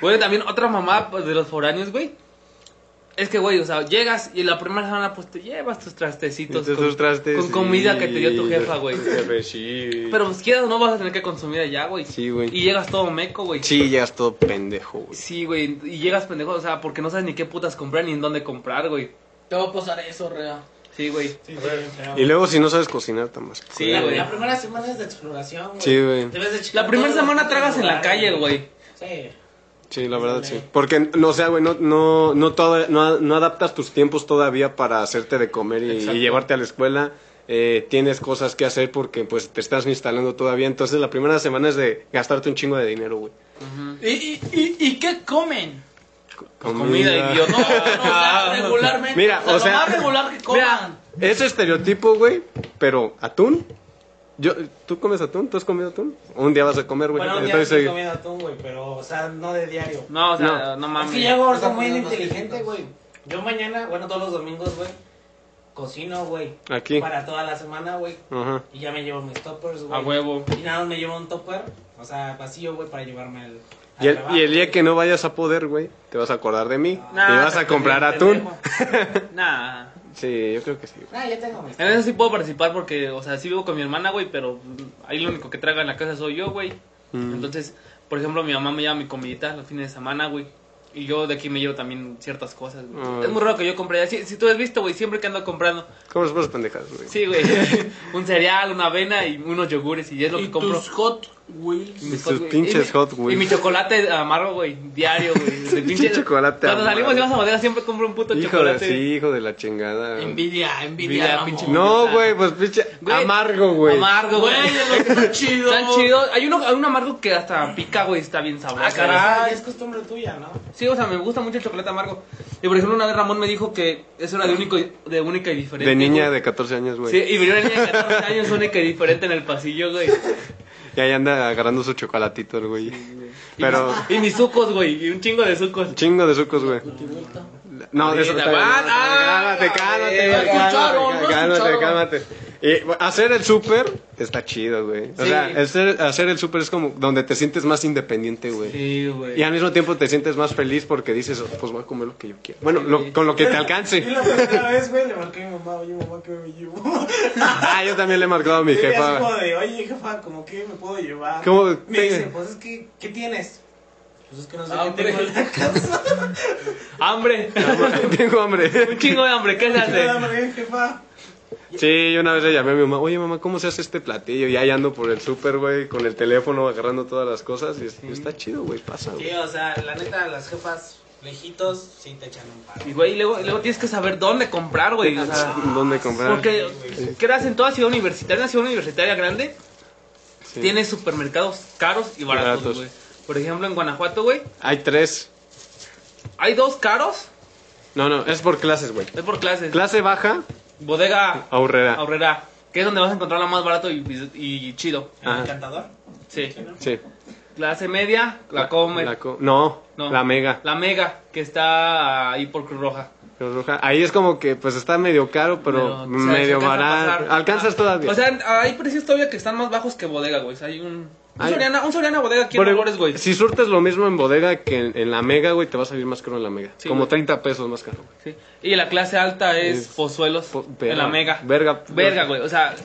S3: Güey, también otra mamá pues, de los foráneos, güey. Es que, güey, o sea, llegas y la primera semana, pues te llevas tus trastecitos.
S2: Entonces, sus trastes,
S3: con comida que te dio tu
S2: sí,
S3: jefa, güey.
S2: tu jefe, sí.
S3: Pero pues quieras o no vas a tener que consumir allá, güey.
S2: Sí, güey.
S3: Y llegas todo meco, güey.
S2: Sí, llegas todo pendejo, güey.
S3: Sí, güey. Y llegas pendejo, o sea, porque no sabes ni qué putas comprar ni en dónde comprar, güey.
S1: Te va a pasar eso, rea.
S3: Sí, güey.
S4: Sí, sí,
S2: Y luego si no sabes cocinar, tan más.
S3: Sí,
S4: la,
S3: güey.
S4: la primera semana es de exploración, güey.
S2: Sí, güey.
S4: Debes de checar
S3: La primera
S4: todos los
S3: semana
S4: puntos
S3: tragas en la
S4: lugares,
S3: calle, güey.
S4: Sí.
S2: Sí, la verdad, sí.
S4: Ándale.
S2: Porque, no, o sea, güey, no, no, no, toda- no, no adaptas tus tiempos todavía para hacerte de comer y,
S3: Exacto.
S2: y llevarte a la escuela. Eh, tienes cosas que hacer porque, pues, te estás instalando todavía. Entonces, la primera semana es de gastarte un chingo de dinero, güey.
S1: ¿Y, y, y, y qué comen?
S3: Pues Comida,
S1: No, no, o sea,
S3: idiota.
S1: regularmente.
S2: Mira, o sea-
S1: lo más regular que coman.
S2: Es estereotipo, güey, pero atún. Yo, ¿Tú comes atún? ¿Tú has comido atún? Un día vas a comer, güey. eh,
S4: Bueno, un día
S2: Estoy
S4: sí he
S2: seguro.
S4: comido atún, güey, pero, o sea, no de diario.
S3: No, o sea, no,
S2: No.
S3: mames.
S4: Es que ya gordo,
S5: Está
S4: muy
S5: poniendo más
S4: inteligente,
S5: chiquitos.
S4: güey. Yo mañana, bueno, todos los domingos, güey, cocino, güey.
S2: Aquí.
S4: Para toda la semana, güey.
S2: Ajá.
S4: Y ya me llevo mis toppers, güey.
S3: A huevo.
S4: Y nada más me llevo un topper, o sea, vacío, güey, para llevarme al. al
S2: Y el,
S4: trabajo,
S2: y el día
S4: güey.
S2: que no vayas a poder, güey, te vas a acordar de mí.
S3: Nah,
S2: y vas a
S3: estás
S2: comprar
S3: bien
S2: atún.
S3: pendejo. nah.
S2: Sí, yo creo que sí. güey.
S4: Ah, ya tengo mis.
S3: En eso sí puedo participar porque, o sea, sí vivo con mi hermana, güey, pero mm, ahí lo único que traga en la casa soy yo, güey.
S2: Mm.
S3: Entonces, por ejemplo, mi mamá me lleva mi comidita los fines de semana, güey. Y yo de aquí me llevo también ciertas cosas, güey.
S2: Ay.
S3: Es muy raro que yo compre. Si, si tú has visto, güey, siempre que ando comprando.
S2: ¿Cómo se pasa pendejadas, güey?
S3: Sí, güey. un cereal, una avena y unos yogures y es lo
S1: ¿Y
S3: que compro.
S1: tus hot Wheels.
S2: Y sus pinches
S3: Y mi-
S2: Hot
S3: Y mi
S2: Wheels.
S3: chocolate amargo, güey. Diario, güey. De pinche-
S2: chocolate
S3: Cuando salimos
S2: amargo.
S3: de las maderas siempre compro un puto
S2: Hijo de
S3: chocolate.
S2: sí, hijo de la chingada. güey.
S1: Envidia, envidia.
S3: Envidia,
S1: vamos.
S3: pinche-
S2: No, güey, pues pinche
S3: Güey,
S2: amargo, güey.
S3: Amargo, güey.
S1: Güey, de los que están chidos.
S3: Están chidos. Hay uno, hay un amargo que hasta pica, güey. Está bien sabroso.
S4: Ah,
S3: güey.
S4: caray. Es costumbre tuya, ¿no?
S3: Sí, o sea, me gusta mucho el chocolate amargo. Y por ejemplo, una vez Ramón me dijo que eso era de, único, de única y diferente.
S2: De niña
S3: güey.
S2: de 14 años, güey.
S3: Sí, y venía una niña de 14 años única y diferente en el pasillo, güey.
S2: Y ahí anda agarrando su chocolatito el güey. Pero
S3: Y mis sucos, güey. Y un chingo de sucos.
S2: chingo de sucos, güey. No, de eso
S3: Mira,
S2: está bien.
S3: van, ah,
S2: Cálmate,
S3: eh,
S2: cálmate,
S1: no
S2: güey,
S1: escucharon, no
S2: cálmate, cálmate,
S1: escucharon.
S2: cálmate. Y bueno, hacer el súper está chido, güey. O
S3: Sí.
S2: sea, hacer, hacer el súper es como donde te sientes más independiente, güey.
S3: Sí, güey.
S2: Y al mismo tiempo te sientes más feliz porque dices, "Oh, pues voy a comer lo que yo quiera. Bueno,
S3: Sí,
S2: lo-
S3: güey.
S2: con lo que te
S4: Y
S2: alcance.
S4: la primera vez, güey, le marqué a mi mamá, oye, mamá, ¿qué me llevo?
S2: Ah, yo también le he marcado a mi
S4: Y ella así como
S2: jefa.
S4: de, oye, jefa, ¿cómo que me puedo llevar?
S2: ¿Cómo?
S4: Me dice,
S2: Te-
S4: pues es que, ¿qué tienes? Pues es que no sé
S3: Hambre.
S4: qué tengo en la casa.
S3: Hambre.
S2: Tengo hambre.
S3: un chingo de hambre. ¿Qué se hace?
S2: eh?
S4: Nada, me dije, jefa.
S2: Sí, yo una vez le llamé a mi mamá, oye mamá, ¿cómo se hace este platillo? Y ahí ando por el súper, güey, con el teléfono agarrando todas las cosas. Y es- está chido, güey, pasa,
S4: Sí,
S2: güey.
S4: o sea, la neta, las jefas lejitos sí te echan un paro.
S3: Y, güey, y luego, y luego tienes que saber dónde comprar, güey. O sea,
S2: ¿Dónde comprar?
S3: porque creas en toda ciudad universitaria, una ciudad universitaria grande,
S2: Sí.
S3: tiene supermercados caros y baratos,
S2: Baratos.
S3: güey. Por ejemplo, en Guanajuato, güey,
S2: Hay tres.
S3: hay dos caros,
S2: No, no, es por clases, güey.
S3: es por clases.
S2: Clase baja,
S3: Bodega
S2: ahorrera.
S3: Aurrera, que es donde vas a encontrar lo más barato y, y chido.
S4: ¿El
S2: Ajá.
S4: encantador?
S3: Sí.
S2: Ah, Sí.
S3: Clase media, la Comer.
S2: La co- no,
S3: No.
S2: la mega.
S3: La Mega, que está ahí por Cruz Roja.
S2: Cruz Roja. Ahí es como que, pues está medio caro, pero
S3: o sea,
S2: medio
S3: se alcanza a
S2: barato.
S3: pasar.
S2: Alcanzas
S3: Ah,
S2: todavía.
S3: O sea, hay precios todavía que están más bajos que bodega, güey. O sea, hay un. Un
S2: Ay.
S3: Soriana, un Soriana bodega aquí en
S2: Pero,
S3: Dolores, güey.
S2: Si surtes lo mismo en bodega que en, en la mega, güey, te va a salir más caro en la mega.
S3: Sí,
S2: como
S3: güey.
S2: 30 pesos más caro. güey.
S3: Sí. Y la clase alta es
S2: Es-
S3: Pozuelos.
S2: Po-
S3: en la Mega.
S2: verga.
S3: Verga, güey. O sea,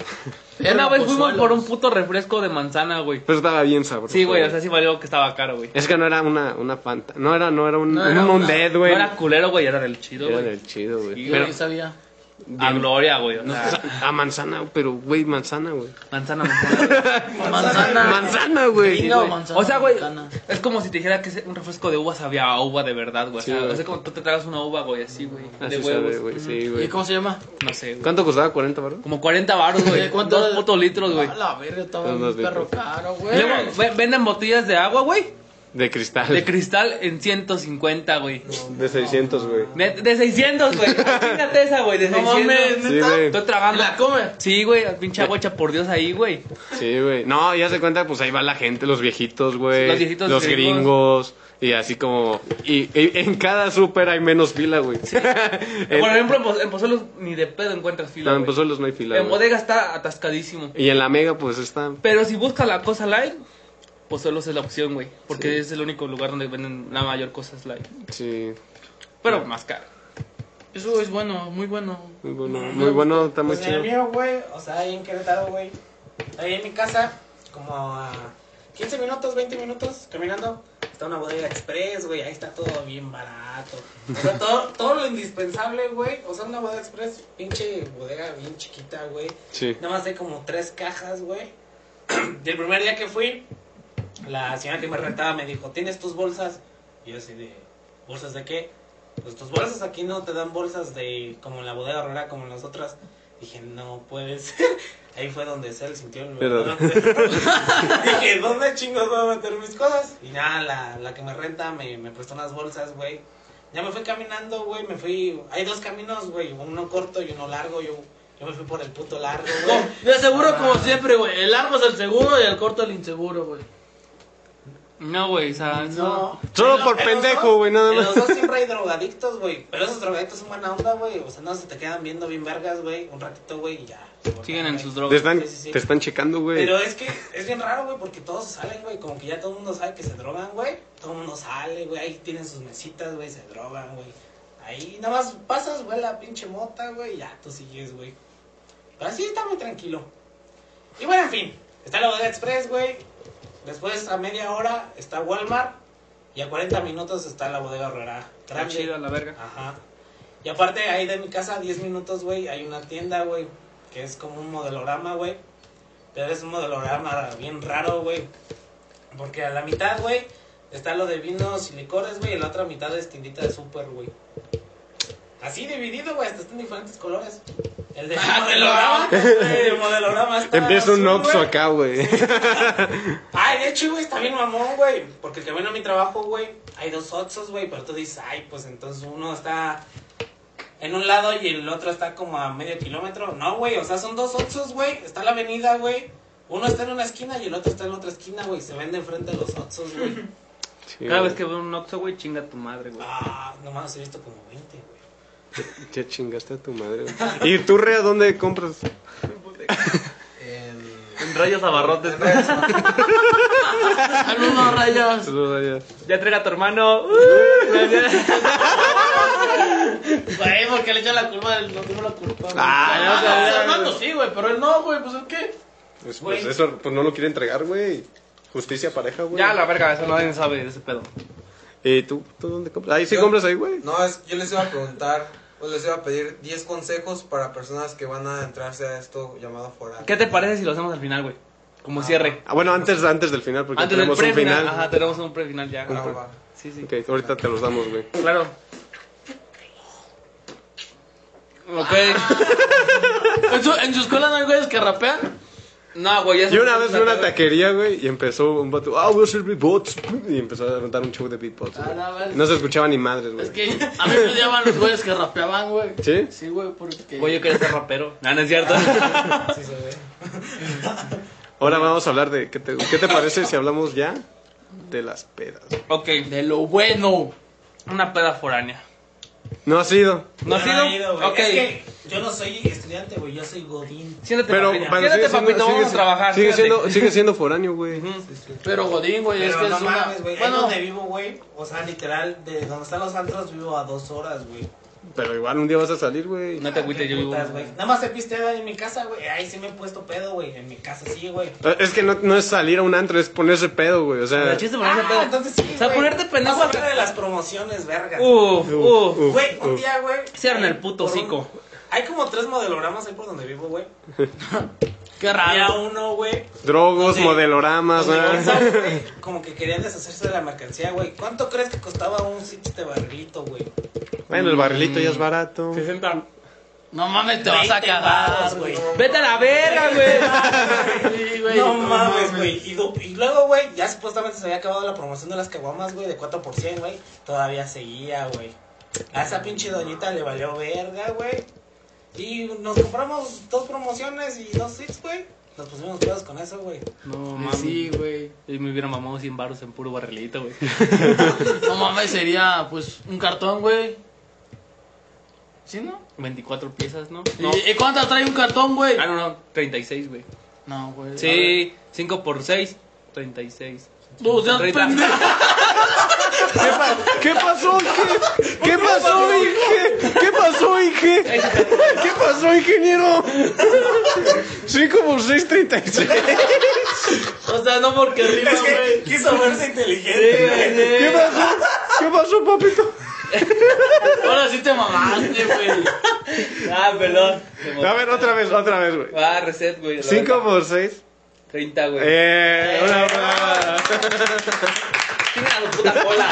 S3: una
S1: Verga,
S3: vez fuimos
S1: Pozuelos.
S3: por un puto refresco de manzana, güey.
S2: Pero estaba bien sabroso.
S3: Sí, güey, o sea, sí valió que estaba caro, güey.
S2: Es que no era una, una fanta. No era, no era un,
S1: No
S2: un
S1: era una-
S2: Undead,
S3: No
S2: güey.
S3: era culero, güey, era del chido,
S2: Era
S3: güey.
S2: del chido, güey.
S3: Sí,
S1: Yo
S2: Pero-
S1: ya sabía.
S3: A gloria, güey. O
S2: No,
S3: sea,
S2: a manzana, pero güey, manzana, güey.
S3: manzana, manzana.
S1: Manzana.
S2: Manzana, güey.
S1: Gringa o manzana
S3: o sea, güey,
S1: mexicana.
S3: es como si te dijera que ese- un refresco de uva sabía a uva de verdad, güey. O
S2: Sí,
S3: sea,
S2: güey.
S3: o sea, como tú te tragas una uva, güey, así, güey. De
S2: Así
S3: huevos.
S2: sabe, güey. Sí,
S1: ¿Y
S2: güey.
S1: cómo se llama?
S3: No sé, güey.
S2: ¿Cuánto costaba? ¿40 baros?
S3: Como 40 baros, güey.
S1: ¿De cuánto
S3: Dos
S1: era?
S3: putos litros, güey.
S1: A la verga, estaba
S2: Dos
S1: un
S2: litros.
S1: perro caro, güey.
S3: Luego, ve- Venden botellas de agua, güey.
S2: De cristal.
S3: De cristal en 150, güey.
S2: De 600, güey.
S3: Ne- De 600, güey. Fíjate esa, güey, de
S1: No mames,
S3: 600.
S2: Sí, güey.
S3: Estoy tragando.
S1: ¿La come?
S3: Sí, güey, pinche agua hecha por Dios ahí, güey.
S2: Sí, güey. No, ya se cuenta, pues ahí va la gente, los viejitos, güey.
S3: Los viejitos
S2: Los gringos. Y así como. Y, y- en cada súper hay menos fila, güey. En-
S3: Por ejemplo, en Poz- en Pozuelos ni de pedo encuentras fila,
S2: no, en
S3: güey.
S2: Pozuelos no hay fila.
S3: En
S2: güey.
S3: bodega está atascadísimo.
S2: Y en la mega, pues está.
S3: Pero si buscas la cosa light, Pozuelos es la opción, güey. Porque es el único lugar donde venden la mayor cosas light.
S2: Sí.
S3: Pero más caro.
S1: Eso es bueno, muy bueno.
S2: Muy bueno, muy bueno está muy
S4: Pues en el
S2: chido.
S4: mío, güey, o sea, ahí en Querétaro, güey. Ahí en mi casa, como a 15 minutos, 20 minutos caminando, está una bodega express, güey. Ahí está todo bien barato. O sea, todo, todo lo indispensable, güey. O sea, una bodega express, pinche bodega bien chiquita, güey.
S2: Sí.
S4: Nada más hay como tres cajas, güey. Y el primer día que fui, la señora que me rentaba me dijo, ¿tienes tus bolsas? Y yo así de, ¿bolsas de qué? Pues tus bolsas aquí no te dan bolsas de como en la bodega horrera, como en las otras. Dije, no puede ser. Ahí fue donde se sintió el
S2: Verdad.
S4: Dije, ¿dónde chingos voy a meter mis cosas? Y nada, la, la que me renta me, me prestó unas bolsas, güey. Ya me fui caminando, güey, me fui... Hay dos caminos, güey, uno corto y uno largo. Yo, yo me fui por el puto largo, güey.
S1: No, Oh, de seguro,
S4: Ah.
S1: como siempre, güey. El largo es el seguro y el corto el inseguro, güey.
S3: No, güey, o sea, no.
S4: No.
S2: Solo
S4: En
S2: por
S4: los- en los
S2: pendejo,
S4: dos-
S2: güey, nada
S4: En
S2: más.
S4: los dos siempre hay drogadictos, güey. Pero esos drogadictos son buena onda, güey. O sea, no se te quedan viendo bien vergas, güey. Un ratito, güey, y ya. se vuelven,
S3: Siguen en
S4: güey.
S3: sus
S2: Te
S3: drogas.
S2: están,
S4: Sí, sí, sí.
S2: te están checando, güey.
S4: Pero es que es bien raro, güey, porque todos salen, güey. Como que ya todo el mundo sabe que se drogan, güey. Todo el mundo sale, güey. Ahí tienen sus mesitas, güey. Se drogan, güey. Ahí nada más pasas, güey, la pinche mota, güey. y Ya tú sigues, güey. Pero así está muy tranquilo. Y bueno, en fin. Está la bodega express, güey. Después a media hora está Walmart. Y a 40 minutos está la bodega horrera.
S3: Está
S4: Grande.
S3: chido, la verga.
S4: Ajá. Y aparte, ahí de mi casa, a 10 minutos, güey, hay una tienda, güey, que es como un modelorama, güey. Pero es un modelograma bien raro, güey. Porque a la mitad, güey, está lo de vinos y licores, güey. Y la otra mitad es tiendita de súper, güey. Así dividido, güey. Hasta están diferentes colores. El de modelograma. El de modelograma está.
S2: Empieza un
S4: azul,
S2: Oxxo
S4: ah, güey.
S2: acá, güey.
S4: Ay, de hecho, güey, está bien mamón, güey. Porque el que viene a mi trabajo, güey, hay dos Oxxos, güey. Pero tú dices, ay, pues entonces uno está en un lado y el otro está como a medio kilómetro. No, güey, o sea, son dos Oxxos, güey. Está la avenida, güey. Uno está en una esquina y el otro está en otra esquina, güey. Se venden frente a los Oxxos, güey.
S2: Sí,
S3: Cada
S2: güey.
S3: vez que veo un Oxxo, güey, chinga tu madre, güey.
S4: Ah, nomás he visto como 20, güey.
S2: Ya chingaste a tu madre. güey. ¿Y tú, Rea, dónde compras?
S5: En...
S6: En rayas abarrotes.
S5: en redes sociales.
S1: Saludos, Ah, rayas.
S2: Saludos allá.
S3: Ya traiga a tu hermano.
S1: Güey, porque le echan la culpa del no tengo la culpa.
S2: Ah,
S1: Ah,
S2: ya, ya, ya.
S1: Fernando sí, güey, pero él no, güey, pues ¿el qué?
S2: Pues, pues eso, pues no lo quiere entregar, güey. Justicia pareja, güey.
S3: ya, la verga, eso nadie sabe de ese pedo.
S2: ¿Y tú, tú dónde compras? Ahí sí
S5: Yo-
S2: compras ahí, güey.
S5: No, es, yo les iba a preguntar, o les iba a pedir 10 consejos para personas que van a entrarse a esto llamado foral.
S3: ¿Qué te parece si lo hacemos al final, güey? Como cierre.
S2: Ah, bueno, antes, antes del final, porque
S3: Antes del
S2: tenemos un
S3: Ah, pre-final.
S2: final.
S3: Ajá, tenemos un pre-final ya.
S5: Ah, va.
S3: Sí, sí.
S2: Ok, ahorita te los damos, güey.
S3: Claro. Ok.
S1: ¿En su, en su escuela no hay güeyes que rapean?
S3: No, güey, ya
S2: Yo una vez fui a una taquería, güey, y empezó un vato, ah, voy a hacer beatbox. Y empezó a montar un show de beatbox. güey.
S1: no, vale.
S2: no se escuchaba ni madres, güey.
S1: Es que a mí me odiaban los güeyes que rapeaban, güey.
S2: ¿Sí?
S1: Sí, güey, porque.
S3: Güey, yo quería ser rapero. Ah, No, no es cierto.
S5: Sí se ve.
S2: Ahora vamos a hablar de. ¿Qué te, qué te parece si hablamos ya de las pedas?
S3: ok,
S1: De lo bueno.
S3: una peda foránea.
S2: No ha sido.
S3: ¿No has
S4: Yo no he
S3: ido?
S4: ido, güey.
S3: Ok.
S4: Es que yo no soy estudiante, güey. Yo soy Godín.
S3: Siéntate,
S2: Pero,
S3: papito.
S2: pero
S3: Siéntate, papito,
S2: sigue
S3: vamos a
S2: siendo-
S3: trabajar.
S2: Sigue
S3: siéntate.
S2: siendo, sigue siendo foráneo, güey.
S1: Pero Godín, güey, Pues, es
S4: Pero
S1: que
S4: no
S1: es una.
S4: mames, güey. Es
S1: bueno,
S4: donde vivo, güey. O sea, literal, de donde están los antros vivo a dos horas, güey.
S2: Pero igual un día vas a salir, güey.
S3: No te agüites, yo vivo.
S4: Putas, güey. Nada más he pisteado en mi casa, güey. Ahí sí me he puesto pedo, güey. En mi casa sí, güey.
S2: Eh, Es que no, no es salir a un antro, es ponerse pedo, güey. O sea.
S3: El chiste es ponerse
S4: Ah,
S3: pedo.
S4: entonces sí,
S3: O sea,
S4: güey.
S3: ponerte pendejo
S4: Vamos a
S3: hasta-
S4: hablar de las promociones, verga.
S3: Uf,
S2: Uf,
S3: uf.
S2: uf,
S4: Güey, un
S2: uf.
S4: día, güey.
S3: Cierren el puto
S4: por un-
S3: hocico.
S4: Hay como tres modelogramas ahí por donde vivo, güey.
S1: qué
S4: Había
S1: raro.
S4: uno, güey.
S2: Drogos,
S4: donde-
S2: modeloramas,
S4: donde
S2: ¿no?
S4: Gonzalo, güey, Como que querían deshacerse de la mercancía, güey. ¿Cuánto crees que costaba un este barrilito, güey?
S2: Bueno, el barrilito ya es barato.
S3: 60.
S1: No mames, te vas a
S4: 20
S1: cagar,
S4: varos,
S1: güey.
S3: Vete a la verga, güey.
S1: Sí, güey.
S4: No mames, güey. Y, du- y luego, güey, ya supuestamente se había acabado la promoción de las caguamas, güey, de 4 por 100, güey. Todavía seguía, güey. A esa pinche doñita le valió verga, güey. Y nos compramos dos promociones y dos sits, güey. Nos pusimos pedos con eso, güey.
S3: No,
S1: Sí,
S3: mames.
S1: Sí, güey.
S3: Y me hubiera mamado 100 baros en puro barrilito, güey.
S1: No mames, sería pues un cartón, güey. ¿Sí, no?
S3: 24 piezas, ¿no?
S1: ¿Y-
S3: No.
S1: ¿Y, cuántas trae un cartón, güey?
S3: Ah, no, no. 36, güey.
S1: No, güey. a ver.
S3: Sí, 5 por 6, 36.
S1: No seas
S3: Treinta.
S1: pendejo.
S2: ¿Qué, pa- qué pasó, Inge? ¿Qué pasó, Inge? ¿Qué pasó, Inge? ¿Qué pasó, ingeniero? 5 por 6, 36.
S1: O sea, no porque rima,
S4: Es que
S1: güey.
S4: quiso verse inteligente, güey.
S2: ¿Qué pasó? ¿Qué pasó, papito?
S1: Ahora sí te mamaste, güey.
S3: Ah, perdón.
S2: A ver, otra vez, otra vez, güey.
S3: Ah, reset, güey.
S2: 5 por 6.
S3: 30, güey.
S2: Eh, una
S3: Chinga a tu puta cola.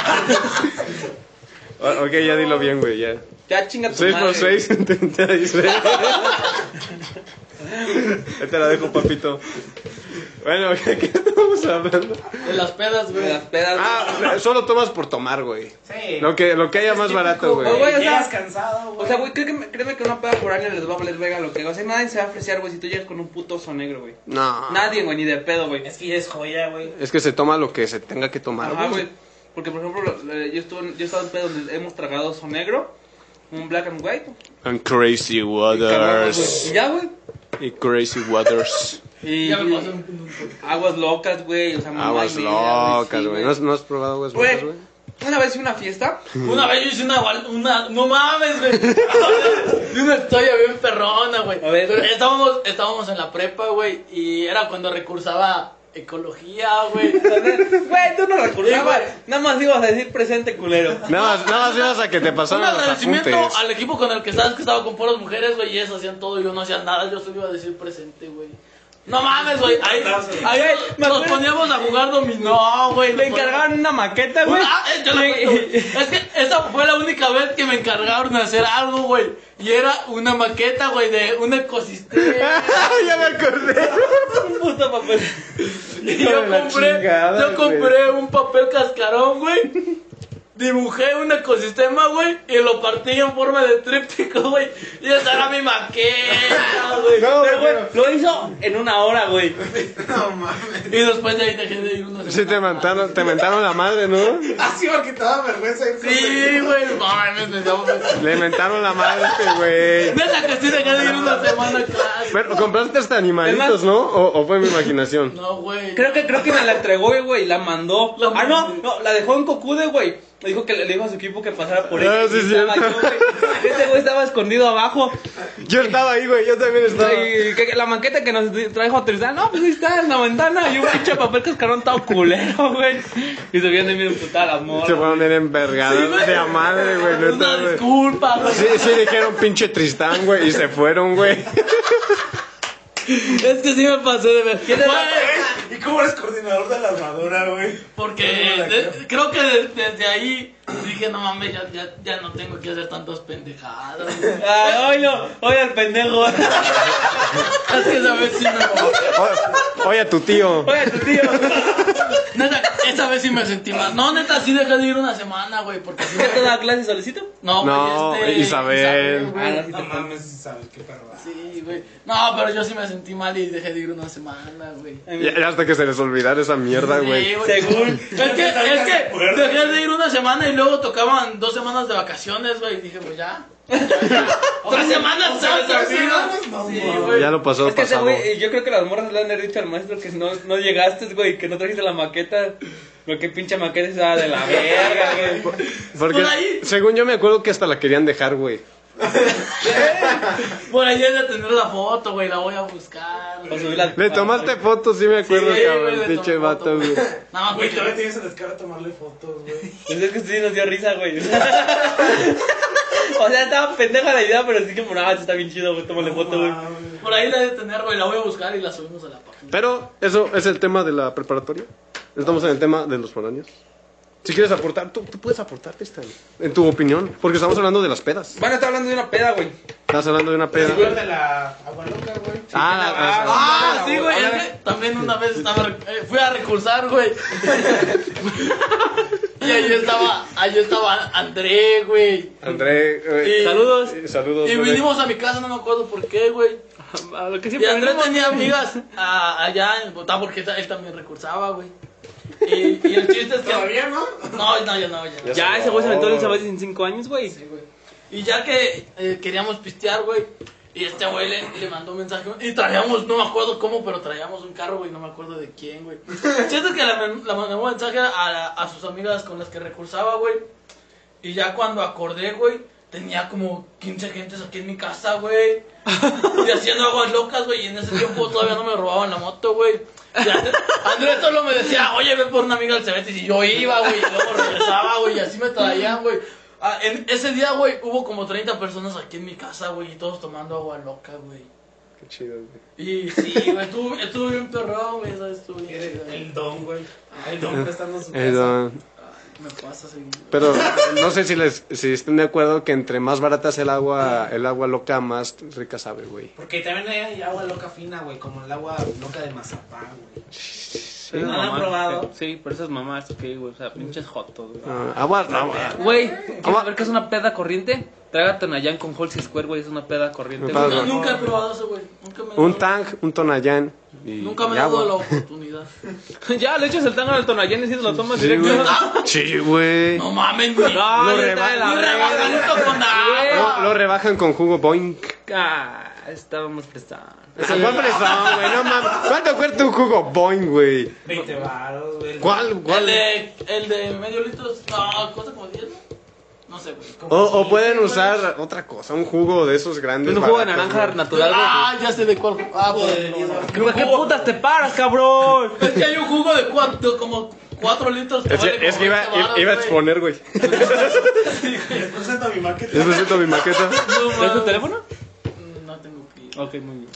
S2: O- Ok, ya dilo bien, güey, ya.
S3: Ya chinga tu
S2: 6
S3: madre.
S2: por 6, 36. Ya te la dejo, papito. Bueno, ¿de qué estamos hablando?
S1: De las pedas,
S3: Me
S1: güey.
S3: las pedas.
S2: Ah, solo tomas por tomar, güey.
S4: Sí.
S2: Lo que, lo que haya más barato,
S3: güey.
S2: güey.
S3: o sea-
S4: Llegas cansado,
S3: O
S4: güey.
S3: sea, güey, créeme, créeme que una peda por año les va a valer verga lo que haga. O sea, nadie se va a ofrecer, güey, si tú llegas con un puto oso negro, güey.
S1: Ah.
S2: No.
S3: Nadie, güey, ni de pedo, güey.
S4: Es que ya es joya, güey.
S2: Es que se toma lo que se tenga que tomar,
S3: Ajá,
S2: güey.
S3: güey. Porque, por ejemplo, lo- eh, yo, estuve, yo he estado en pedos donde hemos tragado oso negro, un black and white.
S2: And crazy
S3: y cagamos, güey.
S2: waters.
S3: Y ya, güey.
S2: Y crazy waters.
S3: Y
S1: Ya me pasó un
S3: aguas locas, güey. O sea, mamá y
S2: Aguas
S3: media, güey,
S2: locas,
S3: sí,
S2: güey. ¿No, has- no has probado aguas locas,
S3: Güey,
S2: güey?
S3: una vez fui a una fiesta.
S1: Una vez yo hice una, gual- una no mames, güey. Y una historia bien perrona, güey.
S3: A ver.
S1: Estábamos, estábamos en la prepa, güey, y era cuando recursaba ecología, güey.
S3: Güey, tú no recursabas.
S1: Sí, güey.
S3: Nada más ibas a decir presente, culero.
S2: Nada más, nada más ibas a que te
S1: Un
S2: pasaran los
S1: agradecimiento
S2: apuntes.
S1: al equipo con el que sabes que estaba con puras mujeres, güey, y ellas hacían todo, yo no hacía nada, yo solo iba a decir presente, güey. No mames, güey. Ahí, ahí nos poníamos a jugar dominó, güey.
S3: Le encargaron una maqueta, güey.
S1: Ah, eh, yo la cuento, güey. es que esa fue la única vez que me encargaron de hacer algo, güey. Y era una maqueta, güey, de un ecosistema.
S2: ya me acordé.
S3: Un puto papel.
S1: Y
S2: Hijo
S1: yo
S2: de la
S1: compré,
S2: chingada,
S1: yo compré un papel cascarón, güey. Dibujé un ecosistema, güey, y lo partí en forma de tríptico, güey. Y esa era mi maqueta, güey.
S2: No,
S3: Pero, güey,
S2: pero-
S3: lo hizo en una hora, güey.
S5: No mames.
S1: Y después de ahí dejé de ir unos.
S2: Sí, te mentaron, te mentaron la madre, ¿no?
S5: Así porque te daba vergüenza ir con
S1: Sí, güey, no mames, me dio-
S2: Le mentaron la madre, a este güey.
S1: Neta que sí dejé de ir una semana a clase.
S2: Pero compraste hasta animalitos, ¿no? ¿O, o fue mi imaginación?
S1: No, güey.
S3: Creo que, creo que me la entregó, güey, la mandó.
S1: La
S3: ah,
S1: mandó.
S3: no, no, la dejó en Cocude, güey. Le dijo que le, le dijo a su equipo que pasara por él.
S2: Ah, sí,
S3: Y estaba yo,
S2: cierto.
S3: güey. Ese güey estaba escondido abajo.
S2: Yo estaba ahí, güey, yo también estaba.
S3: Y que- que la maqueta que nos trajo Tristan, no, pues ahí está en la ventana. Y un pinche papel cascarón todo culero, güey. Y se vienen bien putada la
S2: Se
S3: morra.
S2: fueron bien envergadas de a madre, güey, neta,
S1: Una
S2: güey.
S1: disculpa, güey.
S2: Sí, sí, dijeron pinche Tristán, güey, y se fueron, güey.
S1: Es que sí me pasé de ver.
S3: ¿Quién era?
S1: Güey,
S5: ¿Y cómo eres coordinador de la armadura, güey?
S1: Porque de- creo que de- desde ahí dije, no mames, ya, ya, ya no tengo que hacer tantas pendejadas. güey.
S3: Ah, oilo, oye al pendejo.
S1: Es que esa vez sí me mamé.
S2: O- Oye, a tu tío.
S3: Oye a tu tío.
S1: Neta, esa vez sí me sentí mal. No, neta, sí dejé de ir una semana, güey, porque sí
S3: ¿Ya te
S1: me...
S3: da clase solicito?
S1: No, güey,
S2: No,
S1: este,
S2: Isabel.
S3: Ah,
S1: güey.
S5: No mames, sabes qué perro.
S1: Sí, güey. No, pero yo sí me sentí mal y dejé de ir una semana, güey.
S2: Ya, ya hasta que se les olvidara esa mierda,
S1: Sí,
S2: güey.
S3: Según.
S1: Es que, es que dejé de ir una semana y luego tocaban dos semanas de vacaciones, güey. Y dije, pues ya. Tres semanas, ¿sabes?
S5: tres
S1: amigo?
S5: semanas, no,
S1: Sí,
S5: no.
S1: güey.
S2: Ya lo pasó,
S3: Es que ese
S2: pasado.
S3: güey, eh, yo creo que las morras le han de haber dicho al maestro que no, no llegaste, güey, que no trajiste la maqueta. Lo que pinche maqueta estaba de la verga, güey.
S2: Porque,
S1: por ahí.
S2: según yo me acuerdo que hasta la querían dejar, güey.
S1: Por ahí he de tener la foto, güey. La voy a buscar.
S3: O
S1: güey.
S3: Pues subí la-
S2: Le tomaste fotos, sí me acuerdo,
S1: Sí,
S2: cabrón.
S1: güey, le
S2: Pinche
S1: tomé
S2: vato,
S1: foto,
S2: güey.
S1: Nada más,
S5: Ah, Güey,
S1: güey.
S5: todavía tienes el descaro de tomarle fotos, güey.
S3: Pues es que sí nos dio risa, güey. O sea, o sea, estaba pendeja la idea, pero sí que moraba, está bien chido, güey, tómale foto, güey.
S5: Mames.
S1: Por ahí la he de tener, güey. La voy a buscar y la subimos a la página.
S2: Pero eso es el tema de la preparatoria. Estamos en el tema de los foráneos. Si quieres aportar, tú, tú puedes aportar, Tristán. En tu opinión. Porque estamos hablando de las pedas.
S3: Bueno, está hablando de una peda, güey.
S2: Estás hablando de una
S5: El
S2: peda.
S5: señor de la agua loca, güey.
S2: Ah, la-
S1: Ah, sí, güey.
S3: Ahora-
S1: es que también una vez estaba. eh, fui a recursar, güey. y ahí estaba. Ahí estaba André, güey.
S2: ah. André. güey.
S1: Y-
S3: Saludos.
S2: Eh, Saludos.
S1: Y
S2: bebé.
S1: vinimos a mi casa, no me acuerdo por qué, güey.
S3: A Ah, lo que
S1: Y
S3: siempre
S1: Andrés
S3: venimos.
S1: tenía amigas ah, allá en Bogotá porque ta- él también recursaba, güey. Y, y el chiste es que.
S5: ¿Todavía no?
S1: No, no, ya no, ya. no.
S2: Ya
S3: Ya, ese güey se aventó el Isabel en 5 años, güey.
S1: Sí, güey. Y ya que eh, queríamos pistear, güey. Y este güey le, le mandó un mensaje. Y traíamos, no me acuerdo cómo, pero traíamos un carro, güey. No me acuerdo de quién, güey. El chiste es que le man- le mandó un mensaje a, la- a sus amigas con las que recursaba, güey. Y ya cuando acordé, güey, tenía como 15 gentes aquí en mi casa, güey. Y haciendo aguas locas, güey. Y en ese tiempo todavía no me robaban la moto, güey. Y And- Andrés solo me decía, oye, ve por una amiga al Cebetis. Y yo iba, güey. Y luego regresaba, güey. Y así me traían, güey. Ah, en ese día, güey, hubo como 30 personas aquí en mi casa, güey. Y todos tomando agua loca, güey.
S2: Qué chido, güey.
S1: Y sí, güey, estuvo, estuvo bien perrón, güey. ¿sabes? Estuvo bien chido,
S5: El,
S1: güey.
S5: el don, güey. El don prestando su
S2: Eh,
S5: casa.
S2: no.
S1: Me pasa seguido.
S2: Pero no sé si les si estén de acuerdo que entre más barata es el agua, el agua loca más rica sabe, güey.
S4: Porque también hay agua loca fina, güey, como el agua loca de mazapán, güey.
S3: Sí,
S4: no lo han
S3: mamá.
S4: probado.
S3: Sí, pero esas mamás, ok, güey, o sea, pinches jotos, güey.
S2: Ah, agua, agua.
S3: Güey, ¿quieres saber qué es una peda corriente? Trágate una Jan con Halsey Square, güey, es una peda corriente.
S2: Me
S3: güey.
S2: pago.
S1: Nunca he probado eso, güey. Nunca me he
S2: Un
S1: dado-
S2: tang, un tonayán y
S1: Nunca me
S2: y
S1: he dado la
S2: agua.
S1: oportunidad.
S3: ya, le echas el tango al Tonayán y si te lo tomas
S2: Sí,
S3: directo.
S2: güey. Sí, güey.
S1: No mames, güey.
S3: No,
S2: Lo
S3: ya
S2: reba-
S3: está de la
S1: Un
S3: verga.
S1: rebasadito con
S2: No,
S1: agua.
S2: lo rebajan con jugo boing.
S3: Ah, estábamos prestados.
S2: ¿Cuál presión, güey? No mames. ¿Cuánto cuesta un jugo boing, güey?
S4: 20 baros, güey.
S2: ¿Cuál,
S1: El
S2: cuál?
S1: de, el de medio litro, no, cuesta como 10, ¿no? No sé, güey.
S2: O, o pueden usar otra cosa, un jugo de esos grandes.
S3: Un jugo de
S2: baratos,
S3: naranja
S2: güey.
S3: natural, güey.
S1: Ah, ya sé de cuál. Ah, pues.
S3: Güey, ¿Qué putas te paras, cabrón?
S1: Es que hay un jugo de cuánto, como 4 litros.
S2: Es que,
S1: vale
S2: es que
S1: como
S2: iba,
S1: 20 varos,
S2: iba a
S1: güey.
S2: exponer, güey.
S5: Les presento a mi maqueta.
S2: Les presento mi maqueta.
S1: No,
S3: ¿Es tu
S1: mames.
S3: teléfono?
S1: No tengo que ir.
S3: Ok, muy bien.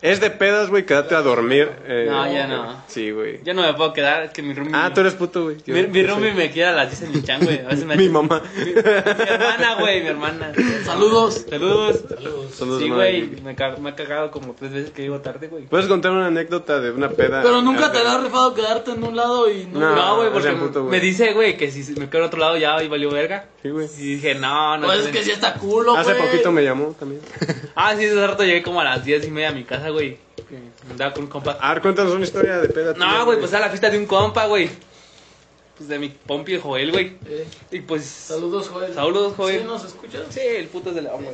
S2: Es de pedas, güey, quédate a dormir. eh,
S3: No, ya no.
S2: Sí, güey.
S3: Yo no me puedo quedar, es que mi roomie.
S2: Ah, tú eres puto, güey. Yo-
S3: Mi, mi
S2: yo
S3: roomie
S2: sé.
S3: me queda a las 10 en mi chan, güey. A veces me
S2: Mi mamá.
S3: Mi, mi hermana, güey, mi hermana.
S1: Saludos.
S3: Saludos.
S2: Saludos,
S3: sí,
S2: madre.
S3: güey, me, ca- me ha cagado como tres veces que llego tarde, güey.
S2: ¿Puedes contar una anécdota de una peda?
S1: Pero nunca te has refado quedarte en un lado y no.
S2: Ah, No.
S3: No, güey, porque
S2: sean puto, güey.
S3: me dice, güey, que si me quedo en otro lado ya hoy valió verga.
S2: Sí, güey.
S3: Y dije, no, no.
S1: Pues es
S3: güey.
S1: que sí está culo, güey.
S2: Hace poquito me llamó también.
S3: Ah, sí, ese rato llegué como a las 10 y media a mi casa, güey. que Me andaba con un compa. Ah,
S2: A ver, cuéntanos una historia de peda. tuya,
S3: No, güey, pues a la fiesta de un compa, güey. Pues de mi pompi de Joel, güey.
S1: Eh,
S3: Y pues.
S1: saludos, Joel.
S3: Saludos, Joel.
S1: ¿Sí nos escuchas? Ah.
S3: Sí, el puto es de la. güey.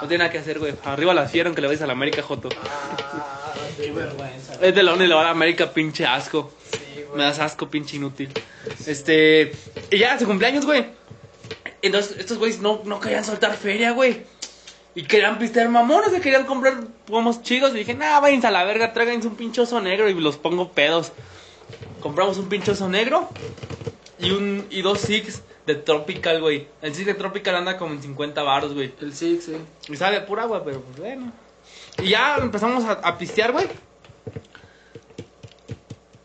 S3: No tiene nada que hacer, güey. Arriba la fiera, aunque le vayas a la América, Joto.
S4: Ah, qué vergüenza.
S3: Es de la ONU y le va a la América, pinche asco.
S4: Sí,
S3: Me
S4: güey.
S3: das asco, pinche inútil. Este. Y ya, su cumpleaños, güey. Entonces, estos güeyes no, no querían soltar feria, güey. Y querían pistear mamones, se querían comprar pomos chicos. Y dije, nah, váyanse a la verga, tráiganse un pinchoso negro y los pongo pedos. Compramos un pinchoso negro y un y dos Six de Tropical, güey. El Six de Tropical anda como en 50 baros, güey.
S1: El Six, sí.
S3: Y sabe a pura agua, pero pues bueno. Y ya empezamos a, a pistear, güey.